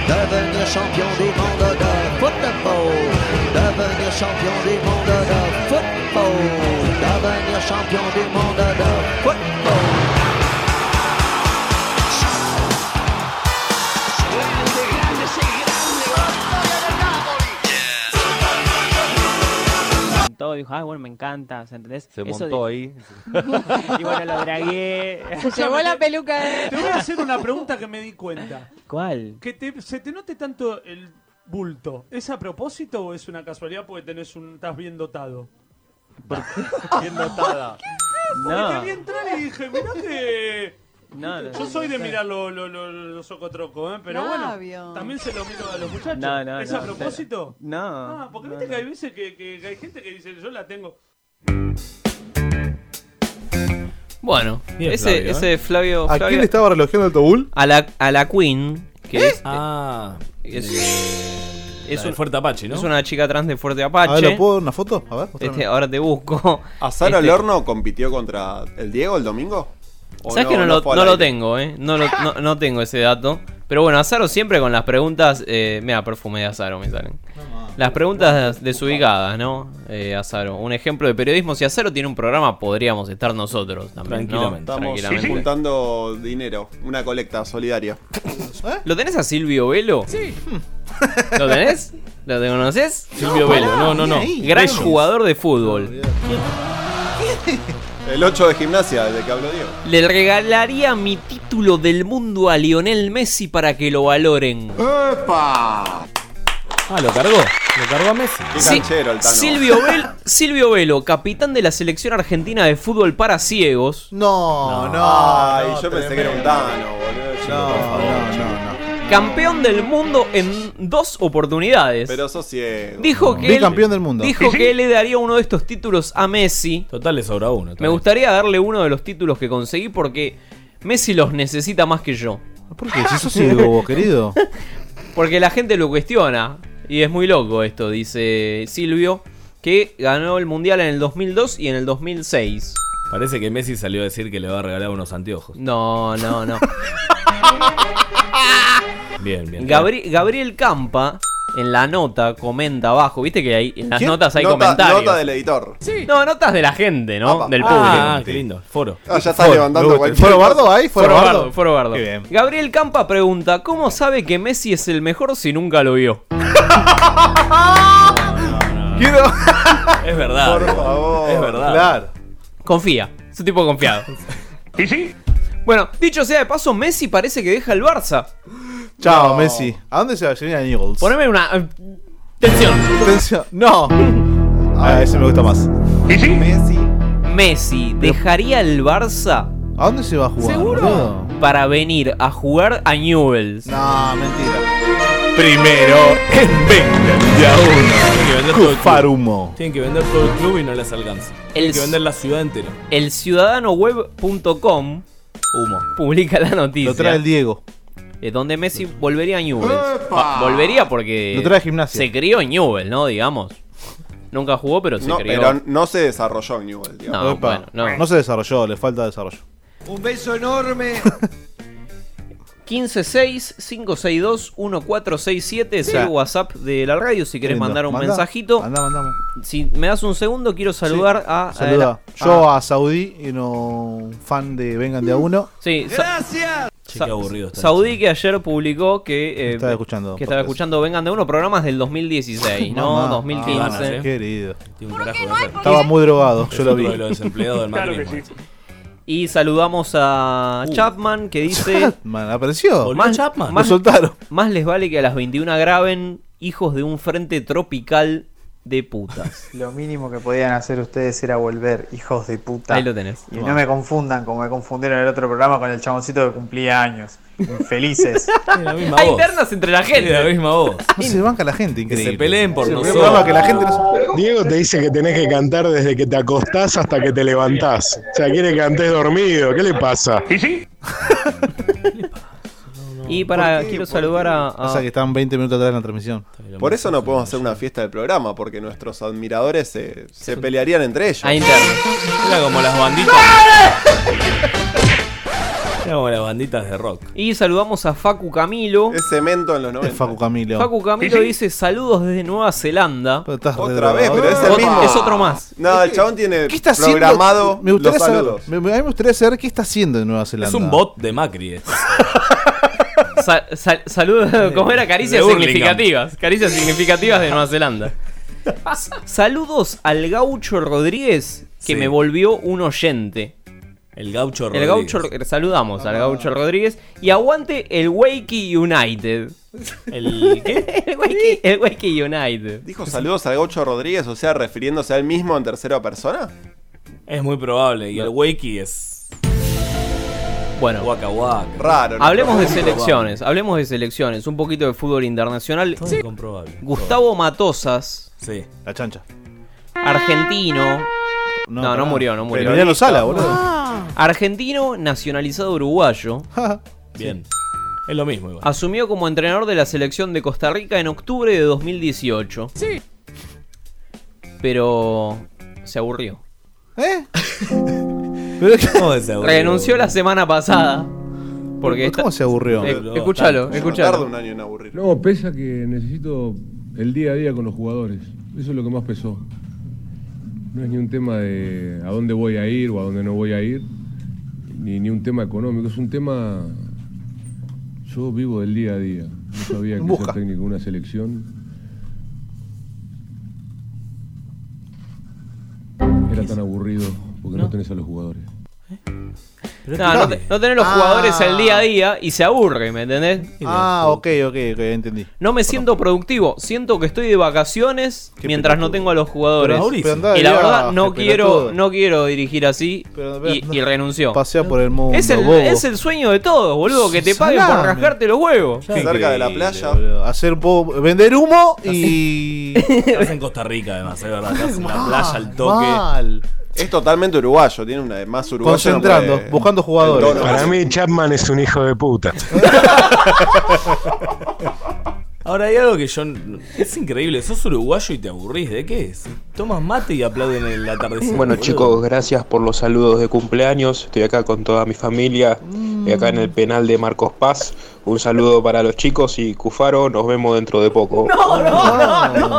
Devenir champion du monde de football. Devenir champion du monde de football. Devenir champion du monde de football.
todo, dijo, ah, bueno, me encanta, o sea, ¿entendés?
Se
Eso
montó
de-
ahí.
Y bueno, lo dragué.
Se llevó la peluca de...
Te voy a hacer una pregunta que me di cuenta.
¿Cuál?
Que te- se te note tanto el bulto. ¿Es a propósito o es una casualidad porque tenés un, estás bien dotado?
Bien dotada.
Porque
No.
te vi entrar y dije, mirá que...
No, no,
Yo soy de
no.
mirar los lo, lo, lo socotrocos, ¿eh? pero
Labio.
bueno, también se lo miro a los muchachos.
No, no,
¿Es
no,
a propósito?
cero. No,
Ah, porque
no,
viste
no.
que hay veces que, que- que hay gente que dice, yo la tengo.
Bueno,
Bien,
ese
Flavio, ¿eh?
ese Flavio,
¿A
Flavio-
quién le ¿Eh? estaba relojeando el Tobul?
A la, a la Queen, que es.
Ah,
es,
la de Fuerte Apache, ¿no?
Es una chica trans de Fuerte
A ver,
Apache.
¿lo puedo dar una foto? A ver, mostrame.
Ah, Este, ahora te busco.
¿Azar
Este,
al horno compitió contra el Diego el domingo? ¿O
¿Sabes que no, lo,
fue al
no lo
aire?
tengo, eh? No, lo- no- no tengo ese dato. Pero bueno, Azaro siempre con las preguntas. Eh, mira, perfume de Azaro me salen. Las preguntas desubicadas, ¿no? Eh, Azaro. Un ejemplo de periodismo. Si Azaro tiene un programa, podríamos estar nosotros también. ¿no?
Estamos juntando dinero, una colecta solidaria.
¿Lo tenés a Silvio Velo? Sí. ¿Lo tenés? ¿Lo te conoces?
Silvio No, pará, Velo, no, no, no. mira ahí.
Gran
Bello.
jugador de fútbol.
El 8 de gimnasia, de que habló Diego.
Le regalaría mi título del mundo a Lionel Messi para que lo valoren. ¡Epa!
Ah, lo cargó. Lo cargó a Messi.
Qué canchero el Tano.
Silvio, Vel- Silvio Velo, capitán de la selección argentina de fútbol para ciegos.
No,
Ay, yo pensé que era un Tano, boludo.
No, no, no.
Campeón del mundo en dos oportunidades.
Pero sos ciego.
Dijo que él-
Bicampeón del mundo.
Dijo que él le daría uno de estos títulos a Messi.
Total, le sobra uno.
Me gustaría darle uno de los títulos que conseguí porque Messi los necesita más que yo.
¿Por qué? Si sos ciego vos, querido.
Porque la gente lo cuestiona. Y es muy loco esto, dice Silvio, que ganó el Mundial en el 2002 y en el 2006.
Parece que Messi salió a decir que le va a regalar unos anteojos.
No, no, no.
Bien, bien.
Gabri- Gabriel Campa, en la nota, comenta abajo. Viste que ahí en las
¿Quién?
notas hay
Nota-
comentarios.
nota del editor. Ah,
No, notas de la gente, ¿no? Del público.
Ah, qué lindo. Foro.
Ah, ya está levantando cualquier
¿Foro
cosa.
bardo ahí? ¿Foro,
Foro
bardo?
bardo,
Foro bardo.
Qué bien.
Gabriel Campa pregunta, ¿cómo sabe que Messi es el mejor si nunca lo vio?
Quiero...
Es verdad.
Por favor.
Es verdad.
Claro. Confía. Es un tipo confiado. ¿Y sí? Bueno, dicho sea de paso, Messi parece que deja el Barça.
Chao, Messi. ¿A dónde se va a llenar Eagles?
Poneme una. eh, Tensión.
Tensión. No. Ah, ese me gusta más.
Messi.
Messi dejaría el Barça.
¿A dónde se va a jugar?
¿Seguro? Para venir a jugar a Newells.
No, mentira.
Primero en 20 y
que
a
vender
1.
todo el club.
Farumo.
Tienen que vender todo el club y no les alcanza. Tienen que vender la ciudad entera.
El ciudadanoweb.com
Humo.
publica la noticia.
Lo trae el Diego.
eh, donde Messi volvería a Newell's. Va, volvería porque
Lo trae gimnasia.
se crió en Newell's, ¿no? Digamos. Nunca jugó, pero se
No,
crió.
pero no se desarrolló en Newell, digamos.
No,
Epa.
bueno, no.
se desarrolló, le falta desarrollo.
Un beso enorme. 156-562-1467 es el
Sí.
WhatsApp de la radio si querés
Lindo.
mandar un
Mandá,
mensajito. Si me das un segundo, quiero saludar a... Ah.
Saluda.
a-
Yo a Saudí, y no fan de Vengan de a uno.
Sí, Gracias.
aburrido está
Saudí que ayer publicó que eh,
Estaba escuchando
que estaba
podcast.
escuchando Vengan de uno programas del 2016, ¿no?
Mamá.
2015.
Ah, Querido.
Tiene un carajo de hacer.
Estaba muy drogado, yo lo vi.
Otro de los desempleados del
Claro que
macrismo.
Y saludamos a Chapman que dice
Man, apareció.
Más-
Lo
más-
soltaron.
Más les vale que a las 21 graben hijos de un frente tropical de putas.
Lo mínimo que podían hacer ustedes era volver, hijos de puta.
Ahí lo tenés.
Y no me confundan como me confundieron en el otro programa con el chaboncito que cumplía años. Infelices.
Hay internas entre la gente.
la misma voz.
No se banca la gente, increíble.
peleen por
Sí, porque
nosotros.
un programa que la gente no
Diego te dice que tenés que cantar desde que te acostás hasta que te levantás. O sea, quiere que antes dormido. ¿Qué le pasa?
Y para, quiero saludar a, a-
Pasa que están 20 minutos atrás en la transmisión.
Por eso no podemos hacer una fiesta del programa, porque nuestros admiradores se, se pelearían entre ellos.
a internas.
Era como las banditas. Era como las banditas de rock.
Y saludamos a Facu Camilo.
Es cemento en los 90.
Facu Camilo.
Facu Camilo dice saludos desde Nueva Zelanda.
Otra vez, pero es el mismo.
Es otro más.
No, el chabón tiene
¿Qué está haciendo?
eh, programado
Me gustaría
los saludos.
saber, me, me- a mí me gustaría saber qué está haciendo en Nueva Zelanda.
Es un bot de Macri. este.
Sa- sal- saludos, como era, caricias
De Burlingame.
significativas. Caricias significativas de Nueva Zelanda. Saludos al Gaucho Rodríguez, que
Sí.
me volvió un oyente.
El Gaucho
El Gaucho, eh, saludamos al Gaucho Rodríguez. Y aguante el Wakey United.
¿El
qué? el, Wakey, el Wakey United.
Dijo saludos al Gaucho Rodríguez, o sea, refiriéndose a él mismo en tercera persona.
Es muy probable. Y el Wakey es.
Bueno.
Waka Waka.
Raro.
Hablemos de selecciones, hablemos de selecciones, un poquito de fútbol internacional.
Todo incomprobable.
Gustavo Matosas.
Sí.
La chancha.
Argentino. No, no,
pará.
murió, no murió.
Pero Eh, Emiliano Sala, boludo.
Argentino, nacionalizado uruguayo.
Ah,
Bien. Es lo mismo igual.
Asumió como entrenador de la selección de Costa Rica en octubre de 2018.
Sí.
Pero se aburrió.
¿Eh?
¿Cómo se aburrió?
Renunció la semana pasada. Porque
¿Cómo se aburrió?
Eh, escúchalo,
Tarda
escúchalo.
un año en aburrir.
No, pesa que necesito el día a día con los jugadores. Eso es lo que más pesó. No es ni un tema de a dónde voy a ir o a dónde no voy a ir, ni, ni un tema económico. Es un tema. Yo vivo del día a día. No sabía que
Busca.
ser técnico de una selección. Era tan aburrido porque no tenés a los jugadores.
No, no, te- no tener los
Ah.
jugadores al día a día y se aburre, ¿me entendés?
Ah, ok, ok, ok, entendí.
No me siento productivo, siento que estoy de vacaciones mientras no tengo a los jugadores.
Pero, Mauricio, pero andá de
y la
viaje,
verdad no quiero,
pelotudo.
no quiero dirigir así y, y renunció.
Pasea por el mundo.
Es el,
bobo.
es el sueño de todos, boludo, que te paguen por
Salame.
rascarte los huevos.
Qué
Cerca de la
increíble,
playa.
boludo. Hacer bobo- vender humo y.
Estás en Costa Rica, además, es verdad. Estás en la playa al toque.
Mal.
Es totalmente uruguayo, tiene una de más uruguayo.
Concentrando, buscando jugadores.
Para mí, Chapman es un hijo de puta.
Ahora hay algo que yo. Es increíble, sos uruguayo y te aburrís. ¿De qué es? Tomas mate y aplauden el atardecer.
Bueno
boludo.
chicos, gracias por los saludos de cumpleaños. Estoy acá con toda mi familia, y acá en el penal de Marcos Paz. Un saludo para los chicos y Cufaro, nos vemos dentro de poco.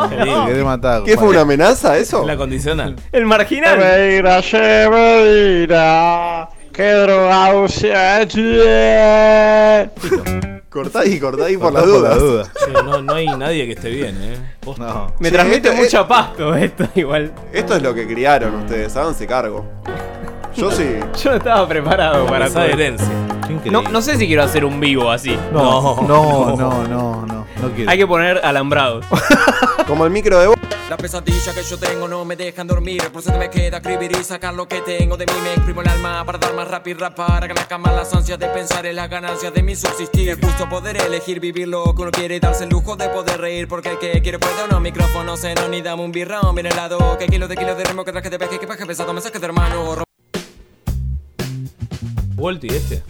Te querés matar,
¿Qué fue,
compadre.
una amenaza eso?
La condicional.
El marginal.
Meira, che, Meira. Qué drogado se ha hecho.
Cortá ahí, cortá ahí por
Cortá
las
por
dudas.
las dudas. Sí, no, no hay nadie que esté bien, ¿eh? No.
Me transmite mucha pasto esto igual.
Esto es lo que criaron ustedes, háganse cargo. Yo sí.
Yo no estaba preparado para todo.
Esa herencia.
No, no sé si quiero hacer un vivo así.
No, no, no, no, no, no quiero.
Hay que poner alambrados.
Como el micro de vos.
La pesadilla que yo tengo no me dejan dormir. Por eso me queda escribir y sacar lo que tengo de mí. Me exprimo el alma para dar más rápido y rapar. Haga la cama las ansias de pensar en las ganancias de mi subsistir. Es justo poder elegir vivir lo que uno quiere y darse el lujo de poder reír. Porque el que quiere puede unos micrófonos se ni dame un birrón. Viene helado, que kilos de kilos de remo que traje de viaje, que paje pesado, mensajes de hermano.
Volti este.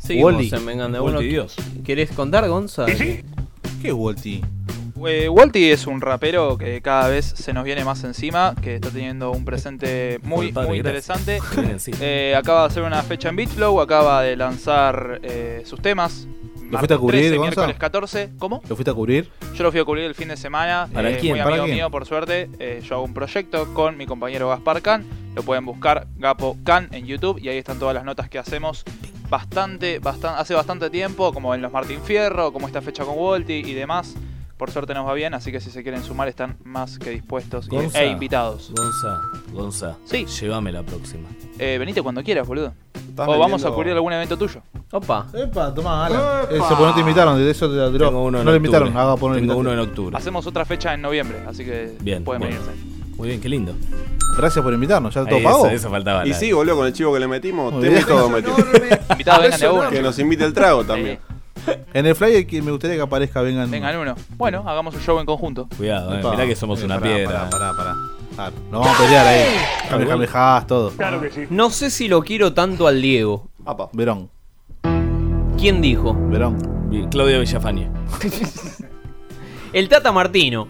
Seguimos
Wall-E.
en Vengan de a
Wall-E
Uno.
Dios.
¿Querés contar, Gonza?
¿Qué es Walti?
Eh, Walti es un rapero que cada vez se nos viene más encima, que está teniendo un presente muy,
Compadre,
muy
gracias.
interesante.
Se viene encima.
Eh, acaba de hacer una fecha en Beatflow, acaba de lanzar eh, sus temas.
¿Lo fuiste
Martes
a cubrir,
13,
Gonza?
miércoles 14. ¿Cómo?
¿Lo fuiste a cubrir?
Yo lo fui a cubrir el fin de semana. eh,
¿Para quién?
Muy
¿Para
amigo
quién?
mío, por suerte. Eh, yo hago un proyecto con mi compañero Gaspar Can. Lo pueden buscar Gapo Can en YouTube y ahí están todas las notas que hacemos. Bastante, bastante, hace bastante tiempo, como en los Martín Fierro, como esta fecha con Volti y demás. Por suerte nos va bien, así que si se quieren sumar están más que dispuestos y-
Gonza,
e invitados.
Gonza, Gonza.
Sí.
Llévame la próxima.
Eh, venite cuando quieras, boludo. O vamos a
vendiendo-
cubrir algún evento tuyo.
Opa.
Epa, Eh, tomá, ala. Eso, porque no te invitaron, de eso te la tiró.
Tengo uno en
No le
octubre.
invitaron, haga poner
Tengo
invitación.
uno en octubre.
Hacemos otra fecha en noviembre, así que
Bien.
pueden
bueno.
venirse.
Muy bien, qué lindo.
Gracias por invitarnos, ya todo
Ahí,
pago.
eso, eso faltaba,
Y
la-
sí, boludo, con el chivo que le metimos,
Muy
tenés
bien.
todo metido.
Invitados, vengan de a uno.
Que nos invite el trago también.
En el flyer que me gustaría que aparezca, vengan.
Vengan uno. Bueno, hagamos un show en conjunto.
Cuidado, eh,
Epa.
mirá que somos
Eh,
una
pará,
piedra.
pará, pará, pará. Nos vamos a pelear ahí. Jame, jame, jás, todo.
Claro que sí. No sé si lo quiero tanto al Diego.
Verón.
¿Quién dijo?
Verón.
Bien, Claudio Villafañe.
El Tata Martino.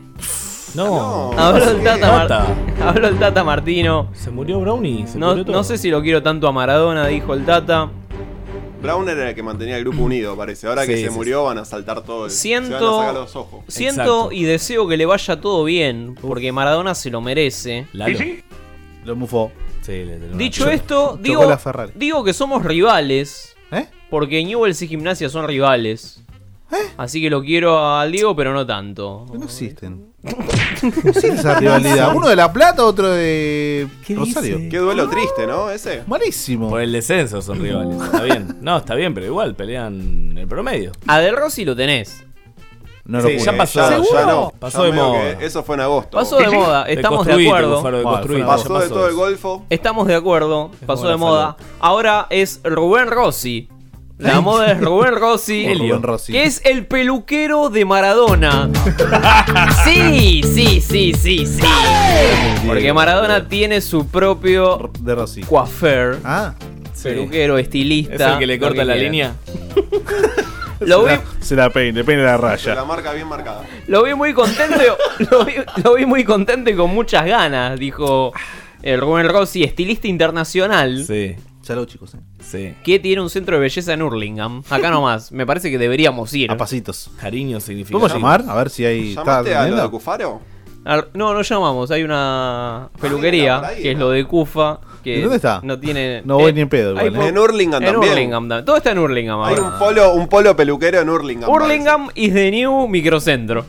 No.
Habló el Tata, Mar-
Tata.
Habló el Tata Martino.
¿Se murió Brownie? ¿Se
No,
murió todo?
no sé si lo quiero tanto a Maradona, dijo el Tata.
Brown era el que mantenía el grupo unido, parece. Ahora que
Sí,
se
sí,
murió van a saltar todo el. Se van a sacar
Siento,
los ojos.
siento y deseo que le vaya todo bien, porque Maradona se lo merece.
Lalo.
Lo mufó.
Sí, le- le-
Dicho
Yo-
esto,
chocó
digo,
la Ferrari.
digo que somos rivales.
¿Eh?
Porque Newell's y Gimnasia son rivales. Así que lo quiero al Diego, pero no tanto.
No existen. No existe esa rivalidad. Uno de La Plata, otro de Rosario.
Qué duelo triste, ¿no? Ese.
Malísimo.
Por el descenso son rivales. Está bien. No, está bien, pero igual pelean el promedio.
A Del Rossi lo tenés.
No lo Sí, pude. ya pasó. ¿Seguro? Pasó de
medio
moda.
que Eso fue en agosto.
Pasó de moda, estamos de
Deconstruite,
acuerdo.
Gufaro, deconstruite,
Pasó ya de pasó todo eso. el golfo.
Estamos de acuerdo, pasó
como
de
la
moda. Ahora es Rubén Rossi. La moda es Rubén Rossi,
Helio. Rubén Rossi.
que es el peluquero de Maradona. sí, sí, sí, sí, sí. Porque Maradona tiene su propio
de Rossi.
coiffeur.
Ah,
Peluquero, estilista.
¿Es el que le
lo que
corta la
quiera.
línea?
Lo vi,
Se la peine, le peine la raya.
La marca bien marcada.
Lo vi muy contento, lo vi, lo vi muy contento y con muchas ganas, dijo el Rubén Rossi, estilista internacional.
Sí.
Salud, chicos. eh.
Sí.
Que tiene un centro de belleza en Hurlingham. Acá nomás. Me parece que deberíamos ir. A
pasitos.
Cariño significa.
¿Podemos llamar? A ver si hay.
¿Llamaste
está
a lo
atendida.
de Cufaro?
Ar- No, no llamamos. Hay una
Ah,
peluquería que es lo de Cufa. Que
¿Y dónde está?
No tiene.
No voy ni en pedo,
hay
igual,
po-
¿eh?
En Hurlingham
en
también.
Hurlingham también. Todo está en Hurlingham
Hay
ahora.
un polo, un polo peluquero en Hurlingham.
Hurlingham is the new microcentro.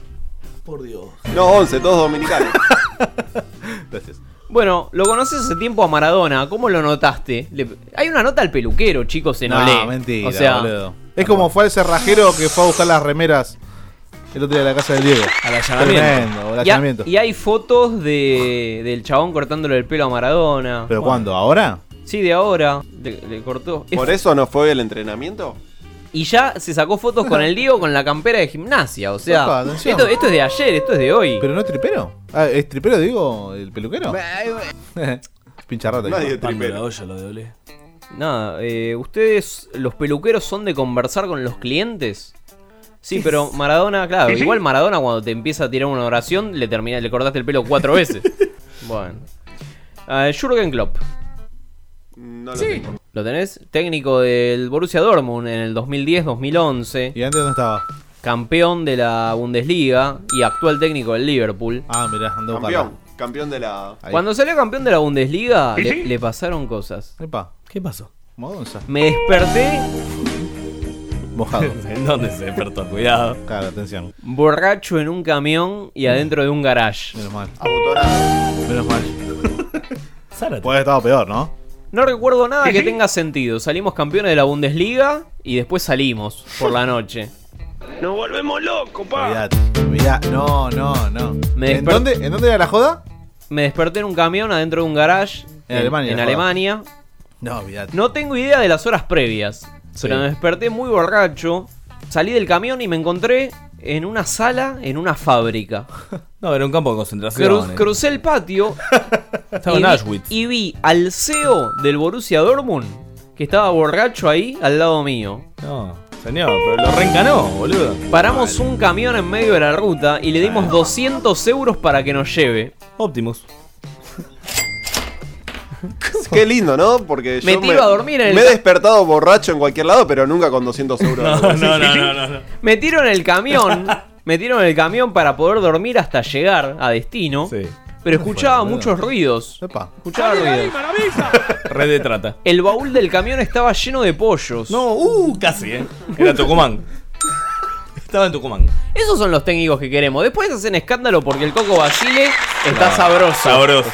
parece. No, 11, todos dominicanos.
Gracias.
Bueno, lo conoces hace tiempo a Maradona. ¿Cómo lo notaste? Le- Hay una nota al peluquero, chicos, en
No,
Olé.
mentira,
O sea,
boludo. Es como fue el cerrajero que fue a buscar las remeras el otro día a la casa del Diego.
Al
allanamiento.
Tremendo, al
y, ha-
allanamiento.
y hay fotos de, del chabón cortándole el pelo a Maradona.
¿Pero cuándo? ¿Ahora?
Sí, de ahora. Le, le cortó.
¿Por eso no fue el entrenamiento?
Y ya se sacó fotos con el Diego con la campera de gimnasia. O
Opa,
sea,
atención.
esto, esto es de ayer, esto es de hoy.
¿Pero no es tripero? Ah, ¿Es tripero, digo, el peluquero? Pincharrata.
La olla, lo de Olé.
Nada, eh, ¿ustedes, los peluqueros, son de conversar con los clientes? Sí, pero Maradona, claro,
Sí, sí.
igual Maradona cuando te empieza a tirar una oración, le termina, le cortaste el pelo cuatro veces. bueno. Eh, Jürgen Klopp.
No
lo tengo. ¿Lo tenés? Técnico del Borussia Dortmund en el 2010-2011.
¿Y antes dónde estaba?
Campeón de la Bundesliga y actual técnico del Liverpool.
Ah, mirá, andó
Campeón. Campeón de la.
Cuando salió campeón de la Bundesliga, le, le pasaron cosas.
¿Qué pasó?
Modonza.
Me desperté
Mojado.
¿En dónde se despertó? Cuidado.
Claro, atención.
borracho en un camión y adentro de un garage.
Menos mal.
Menos mal.
Zárate.
Puede haber estado peor, ¿no?
No recuerdo nada que tenga sentido. Salimos campeones de la Bundesliga y después salimos por la noche.
Nos volvemos locos, pa. Olvidate, olvidate. No, no, no. ¿En dónde, ¿En dónde era la joda?
Me desperté en un camión adentro de un garage
En Alemania,
en
joda.
Alemania.
No, olvidate.
No tengo idea de las horas previas, pero me desperté muy borracho. Salí del camión y me encontré en una sala, en una fábrica.
No, era un campo de concentración.
Cru-
eh.
crucé el patio
Estaba
y,
en
vi-
Auschwitz.
y vi al CEO del Borussia Dortmund que estaba borracho ahí al lado mío.
No, señor, pero lo reencanó, boludo.
Paramos un camión en medio de la ruta y le dimos 200 euros para que nos lleve.
Optimus.
Qué lindo, ¿no? Porque yo
Me tiro a dormir en el
Me he
ca-
despertado borracho en cualquier lado, pero nunca con 200 euros.
No, no, no, no, no, no.
Me tiro en el camión. Me tiro en el camión para poder dormir hasta llegar a destino. Pero escuchaba muchos ruidos. Escuchaba ruidos.
Red de trata.
El baúl del camión estaba lleno de pollos.
No, uh, casi, eh. Era Tucumán. Estaba en Tucumán.
Esos son los técnicos que queremos. Después hacen escándalo porque el Coco Basile está
No,
sabroso.
Ah, Sabroso.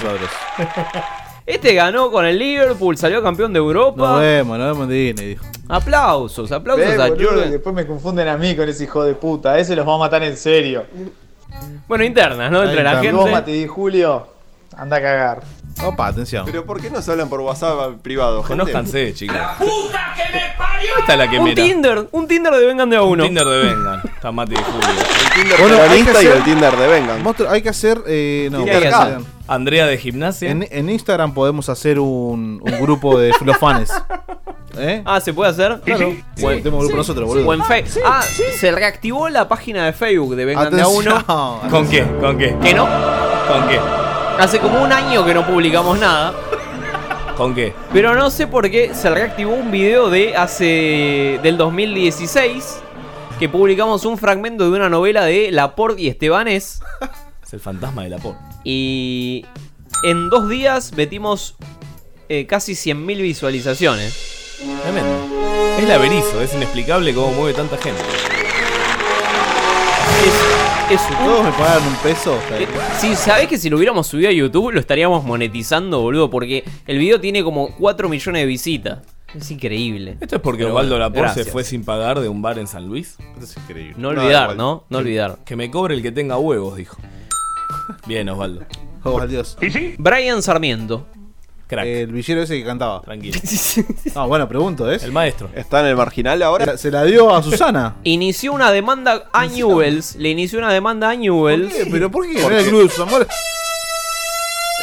Este ganó con el Liverpool, salió campeón de Europa.
Nos vemos, nos vemos en Disney, dijo.
Aplausos, aplausos
Ve,
a
boludo,
Jürgen.
después me confunden a mí con ese hijo de puta. Ese los va a matar en serio.
Bueno, internas, ¿no? Entre la
Y Vos,
gente.
Mati, Julio, anda a cagar.
Opa, atención.
Pero ¿por qué no se hablan por WhatsApp privado?
Conózcanse, chicos. Esta es la que
Un
mira.
Tinder, un Tinder de vengan de a uno.
Tinder de Vengan. Está Mati de Julio. El
Tinder
Bueno, hay que
y
hacer-
el Tinder de Vengan.
Monstruo, hay que hacer. Eh, no,
Tinder
¿cómo
acá.
se llama?
Andrea de gimnasia.
en, en Instagram podemos hacer un, un grupo de los fans. ¿Eh?
Ah, ¿se puede hacer?
Claro. Sí,
O en-
tenemos grupo nosotros, boludo.
o en Fe- ah, se reactivó la página de Facebook de Vengan de a uno.
Atención.
¿Con qué? ¿Con qué?
¿Que no?
¿Con qué?
Hace como un año que no publicamos nada.
¿Con qué?
Pero no sé por qué se reactivó un video de hace. del 2016. Que publicamos un fragmento de una novela de Laporte y Estebanés.
Es el fantasma de la por.
Y en dos días metimos eh, casi 100.000 visualizaciones.
Tremendo. Es laberizo, es inexplicable cómo mueve tanta gente.
es
Si todos me pagaran un peso, estaría-
Sí, sabés que si lo hubiéramos subido a YouTube lo estaríamos monetizando, boludo, porque el video tiene como 4 millones de visitas. Es increíble.
Esto es porque
Pero
Osvaldo
bueno,
Lapor se
gracias.
fue sin pagar de un bar en San Luis.
Esto es increíble.
No olvidar, ¿no? No olvidar.
Que me cobre el que tenga huevos, dijo. Bien, Osvaldo.
Oh, Dios.
Brian Sarmiento. Eh,
El villero ese que cantaba.
Tranquilo.
Ah, bueno, pregunto, ¿es? El
maestro.
¿Está en el marginal ahora? Se la dio a Susana.
Inició una demanda a Newells. Le inició una demanda a Newells.
qué? ¿Pero por qué?
Porque
Era el club de sus amores.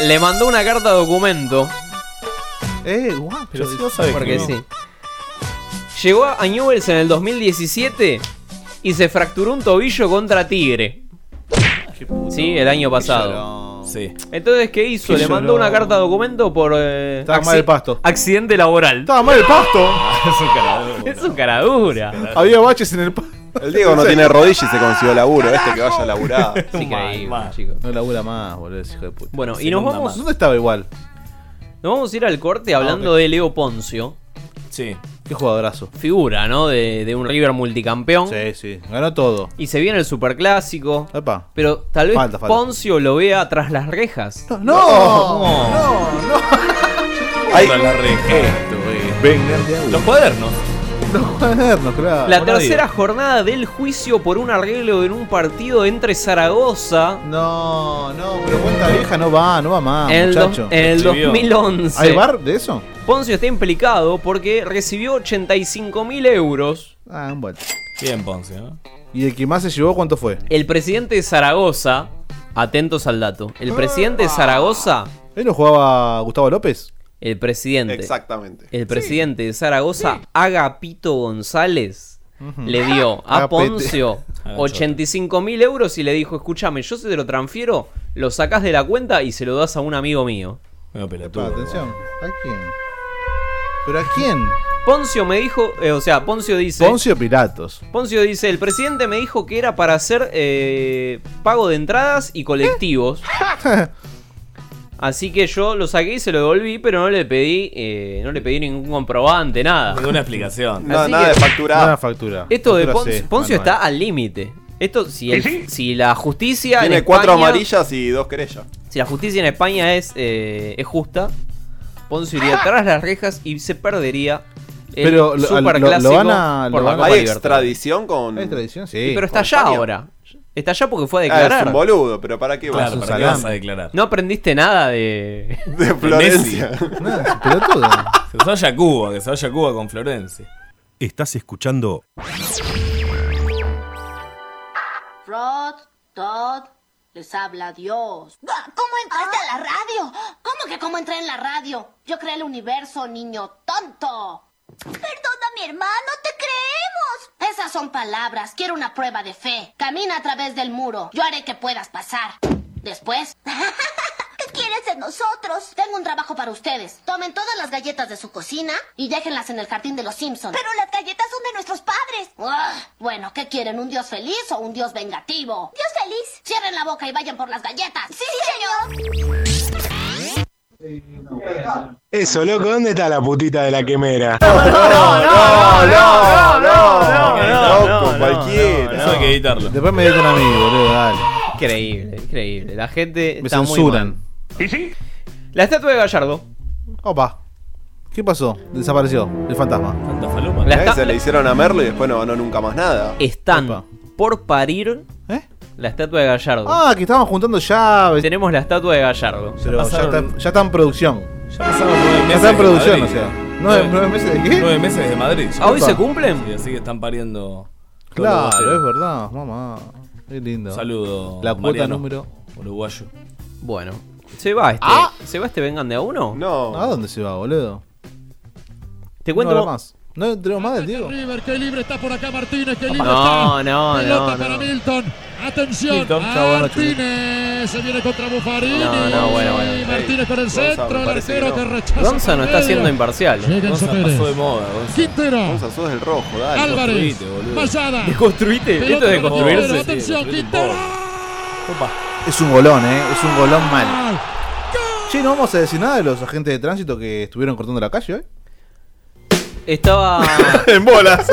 Le mandó una carta documento.
Eh, guau,
Pero
yo-
si
yo sabía que
Porque
no.
sí. Llegó a Newells en el 2017 y se fracturó un tobillo contra Tigre. Sí, el año pasado.
Sí.
Entonces, ¿qué hizo?
Qué
Le mandó
llorón.
una carta documento por. eh,
Estaba mal
acci-
el pasto.
Accidente laboral.
Estaba mal el pasto.
es un caradura.
Es un caradura.
Había baches en el pasto.
El Diego no tiene rodillas y se consiguió laburo. Este que vaya a laburar.
Es increíble, Ah, chicos.
No labura más, boludo, ese hijo de puta.
Bueno, y nos
Segunda
vamos-
¿Dónde estaba igual?
Nos vamos a ir al
Ah,
corte hablando de Leo Poncio.
Sí.
Qué jugadorazo.
Figura, ¿no? De, de un River multicampeón.
Sí, sí. Ganó todo.
Y se viene el superclásico.
Epa.
Pero tal vez
Falta, falta.
Poncio lo vea tras las rejas.
¡No! ¡No!
Tras la reja. Los cuadernos.
Los cuadernos, claro.
La tercera jornada del juicio por un arreglo en un partido entre Zaragoza.
No, no, pero cuenta vieja no va, no va más,
En el do-
Ah, muchacho.
en el Escribió. 2011.
¿Hay bar de eso?
Poncio está implicado porque recibió 85 mil euros.
Ah, un vuelto.
Bien, Ponce, ¿no?
¿Y el que más se llevó cuánto fue?
El presidente de Zaragoza, atentos al dato, el presidente de Zaragoza,
¿Él no jugaba Gustavo López?
el presidente,
Exactamente.
el presidente de Zaragoza, Agapito González,
Ujú.
le dio a
Agapete.
Poncio
Agachote.
85 mil euros y le dijo, escúchame, yo se te lo transfiero, lo sacás de la cuenta y se lo das a un amigo mío.
Epa, atención. ¿A quién? ¿Pero a quién?
Poncio me dijo, eh, o sea, Poncio dice...
Poncio Piratos.
Poncio dice, el presidente me dijo que era para hacer eh, pago de entradas y colectivos. Así que yo lo saqué y se lo devolví, pero no le pedí, eh, no le pedí ningún comprobante, nada.
Ninguna explicación.
No,
Así
nada
que
de factura.
Nada factura.
Esto de
Factura
Poncio,
C,
Poncio
manual.
está al límite. Esto, si, el- si la justicia.
Tiene
en
cuatro
España-
amarillas y dos querellas.
Si la justicia en España es, eh, es justa, Poncio iría tras las rejas y se perdería el
Pero lo- lo-
superclásico
lo van a-
por
lo
la
van a-
Copa
¿Hay
Libertadores.
Tradición con.
Tradición, sí.
Sí, pero está
con
allá
España.
ahora. Está allá porque fue a
Ah,
declarar.
es un boludo, pero ¿para qué vas?
Claro, ¿para qué vas a declarar?
No aprendiste nada de.
De Florencia.
Pues
Que se vaya a Cuba, que se vaya a Cuba con Florencia.
Estás escuchando
Rod, Todd, les habla Dios. ¿Cómo entraste a la radio? ¿Cómo que cómo entré en la radio? Yo creé el universo, niño tonto. Perdona, mi hermano, te creemos. Esas son palabras. Quiero una prueba de fe. Camina a través del muro. Yo haré que puedas pasar. Después. ¿Qué quieres de nosotros? Tengo un trabajo para ustedes. Tomen todas las galletas de su cocina y déjenlas en el jardín de los Simpsons. Pero las galletas son de nuestros padres. bueno, ¿qué quieren? ¿Un dios feliz o un dios vengativo? Dios feliz. Cierren la boca y vayan por las galletas. Sí, señor.
Eso, loco, ¿dónde está la putita de la quemera?
No, no,
no,
no, no, no, cualquiera.
Eso hay que editarlo.
Después me dieron a mí, boludo, dale.
Increíble, increíble. La gente.
Me
está muy
censuran.
mal. La estatua de Gallardo.
Opa. ¿Qué pasó? Desapareció el fantasma.
Mirá que
La
se
esta-
le hicieron a Merlo y después no ganó nunca más nada.
Están por parir la estatua de Gallardo.
Ah, que estaban juntando llaves.
Tenemos la estatua de Gallardo.
Pero ya
Pasaron-
está, ya está en producción.
Ya pasaron nueve
Ya
meses.
está en
de
producción, o
Madrid.
sea. ¿Nueve, nueve meses de qué?
Nueve meses de Madrid.
Ah, hoy
Opa.
se cumplen.
Sí, así que están pariendo. todos
Claro,
los bosteros.
es verdad, mamá. Qué lindo.
Saludo.
La cuota
Mariano,
número.
Uruguayo.
Bueno. ¿Se va este?
Ah.
¿Se va este vengan de a uno?
No.
¿A dónde se va, boludo?
Te cuento.
No habla más. No tenemos más del Diego.
River, que libre está por acá Martínez, que libre
No,
está.
no,
Pelota
no,
para
no.
Milton. Atención,
Milton, está bueno,
Martínez se viene contra Buffarini.
No, no, bueno, bueno.
Martínez con el centro, el arquero que rechaza.
Gonza no
por
está
medio.
siendo imparcial.
Gonza Pérez. pasó de
moda,
Quintero.
Gonza, sos del rojo, dale.
Álvarez,
construite, boludo.
Masada.
Deconstruite. Esto es de
Pero
construirse.
atención, Quintero.
Es un golón, eh. Es un golón mal. Che, no vamos a decir nada de los agentes de tránsito que estuvieron cortando la calle hoy.
Estaba.
en bolas.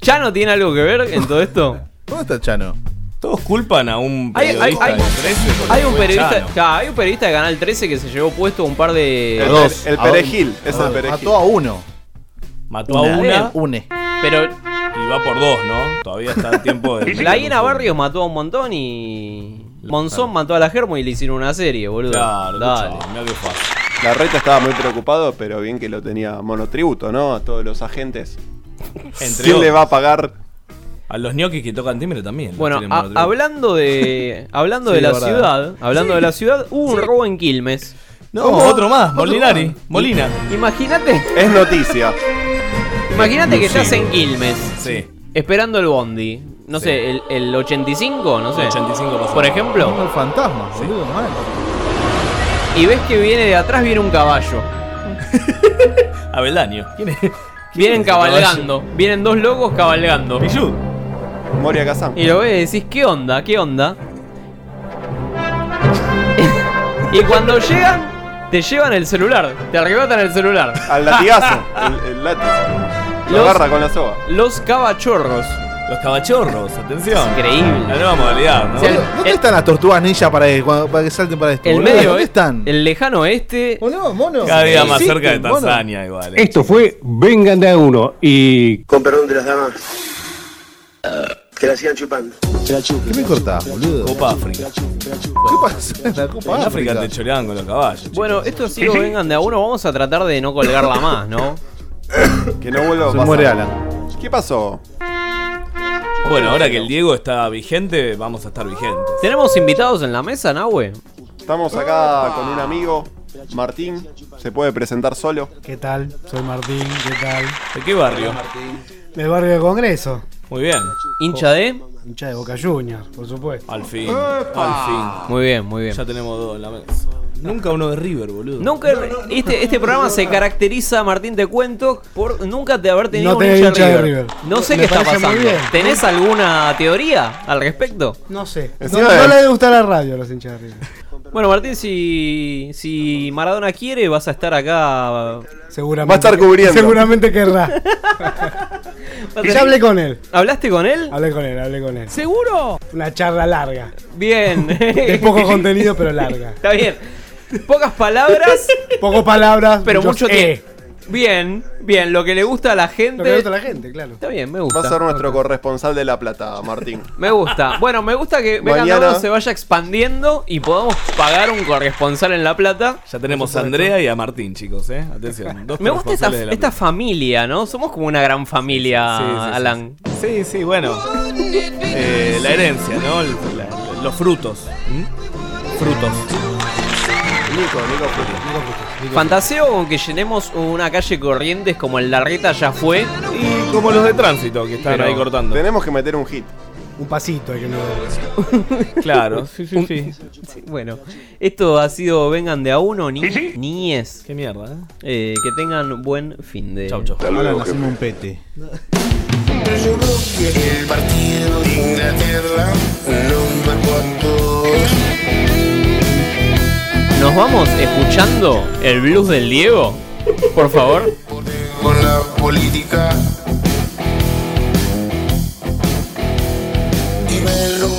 ¿Chano tiene algo que ver en todo esto?
¿Dónde está Chano?
Todos culpan a un
Hay,
periodista
hay- hay-
de 13 porque
hay un
fue
periodista,
Chano.
claro, hay un periodista de Canal 13 que se llevó puesto un par de.
El-
dos.
el- el
¿A dónde?
perejil, es el
¿A dónde?
perejil.
Mató a uno.
Mató a
eh,
una.
Une.
Pero.
Y va por dos, ¿no? Todavía está a tiempo de.
La Hiena Barrios mató a un montón y. Monzón mató a la Germo y le hicieron una serie, boludo.
Claro,
Dale.
escuchá, La reta estaba muy preocupado, pero bien que lo tenía monotributo, ¿no? A todos los agentes.
Entre
¿Quién le
otros.
va a pagar?
A los ñoquis que tocan timbre también. los
Bueno,
tienen
a-
monotributo.
hablando de. Hablando
Sí,
de la
verdad.
ciudad. Hablando
Sí.
de la ciudad, hubo un robo en Quilmes.
No, otro más, Molinari, Molina.
Imagínate.
Es noticia.
Imagínate que estás
Exclusivo.
en Quilmes.
Sí.
Esperando el bondi. No sé, el, el 85, no sé.
85 pasó.
Por ejemplo.
Un fantasma, boludo, mal.
Y ves que viene de atrás, viene un caballo.
Abeldaño. ¿Quién es?
Vienen
es el caballo?
cabalgando. Vienen dos locos cabalgando.
Moria Kazan.
Y lo ves y decís, ¿qué onda? ¿Qué onda? y cuando llegan, te llevan el celular. Te arrebatan el celular.
Al latigazo. el, el látigo. Lo
Los-
agarra con la soga.
Los cabachorros.
Los cabachorros, atención.
Increíble.
La nueva modalidad, ¿no?
O sea, el-
¿Dónde están las tortugas ninja para que, cuando- para que salten para esto?
El
boludo?
medio
¿Dónde
eh,
están?
El lejano este. oeste.
Cada día más
Existen,
cerca de
mono.
Tanzania, igual. eh.
Esto fue Vengan de a uno y.
Con perdón de las damas. Que la sigan chupando.
¿Qué me cortás, boludo?
Este- Copa África.
¿Qué pasa en la Copa
En África
África?
te choreaban con los caballos.
Bueno, estos sí lo vengan de a uno. Vamos a tratar de no colgarla más, ¿no?
Que no vuelva a
Se
pasar.
muere
¿Qué pasó?
Bueno, ahora que el Diego está vigente, vamos a estar vigentes.
¿Tenemos invitados en la mesa, Nahue?
Estamos acá con un amigo, Martín. Se puede presentar solo.
¿Qué tal? Soy Martín, ¿qué tal?
¿De qué barrio?
Del barrio de Congreso.
Muy bien.
¿Hincha de?
Hincha de Boca Juniors, por supuesto.
Al fin.
¡Epa!
Al fin.
Muy bien, muy bien.
Ya tenemos dos en la mesa. Nunca uno de River, boludo.
Nunca este, este programa se caracteriza, Martín, te cuento, por nunca te haber tenido
No
un
tenés
hincha
hincha de
River.
River.
No sé
Me
qué está
parece muy
pasando.
bien.
¿Tenés alguna teoría al respecto?
No sé. No,
Encima de-
no le gusta la radio a los hinchas de River.
Bueno, Martín, si, si Maradona quiere, vas a estar acá.
Seguramente.
Va a estar cubriendo.
Seguramente querrá. ya hablé con él.
¿Hablaste con él?
Hablé con él, hablé con él.
¿Seguro?
Una charla larga.
Bien.
De poco contenido, pero larga.
Está bien. Pocas palabras.
Pocas palabras,
Pero
muchos
mucho
eh.
tiempo. Bien, bien. Lo que le gusta a la gente.
Lo que le gusta a la gente, claro.
Está bien, me gusta.
Va a ser nuestro corresponsal de La Plata, Martín.
Me gusta. Bueno, me gusta que Vengan
Mañana-
Dorados se vaya expandiendo y podamos pagar un corresponsal en La Plata.
Ya tenemos a Andrea y a Martín, chicos, eh. Atención. Dos
Me gusta esta,
corresponsales de la
esta familia, ¿no? Somos como una gran familia,
Sí, sí, sí,
Alan.
Sí, sí, bueno. Eh, la herencia, ¿no? El- la- los frutos. ¿Mm? Frutos.
Nico, Nico
Fantaseo con que llenemos una calle Corrientes como el Larreta ya fue.
Y como los de tránsito que están ahí cortando.
Tenemos que meter un hit.
Un pasito hay que no.
Claro, sí, sí,
Un-
sí.
Bueno, esto ha sido Vengan de a uno, ni niñes.
Qué mierda, ¿eh?
Que tengan buen fin de. Chau, chau.
Ahora le hacemos un pete.
Yo creo que el partido de Inglaterra no marcó a todos.
Nos vamos escuchando el blues del Diego, por favor.
Con la política. Y me lo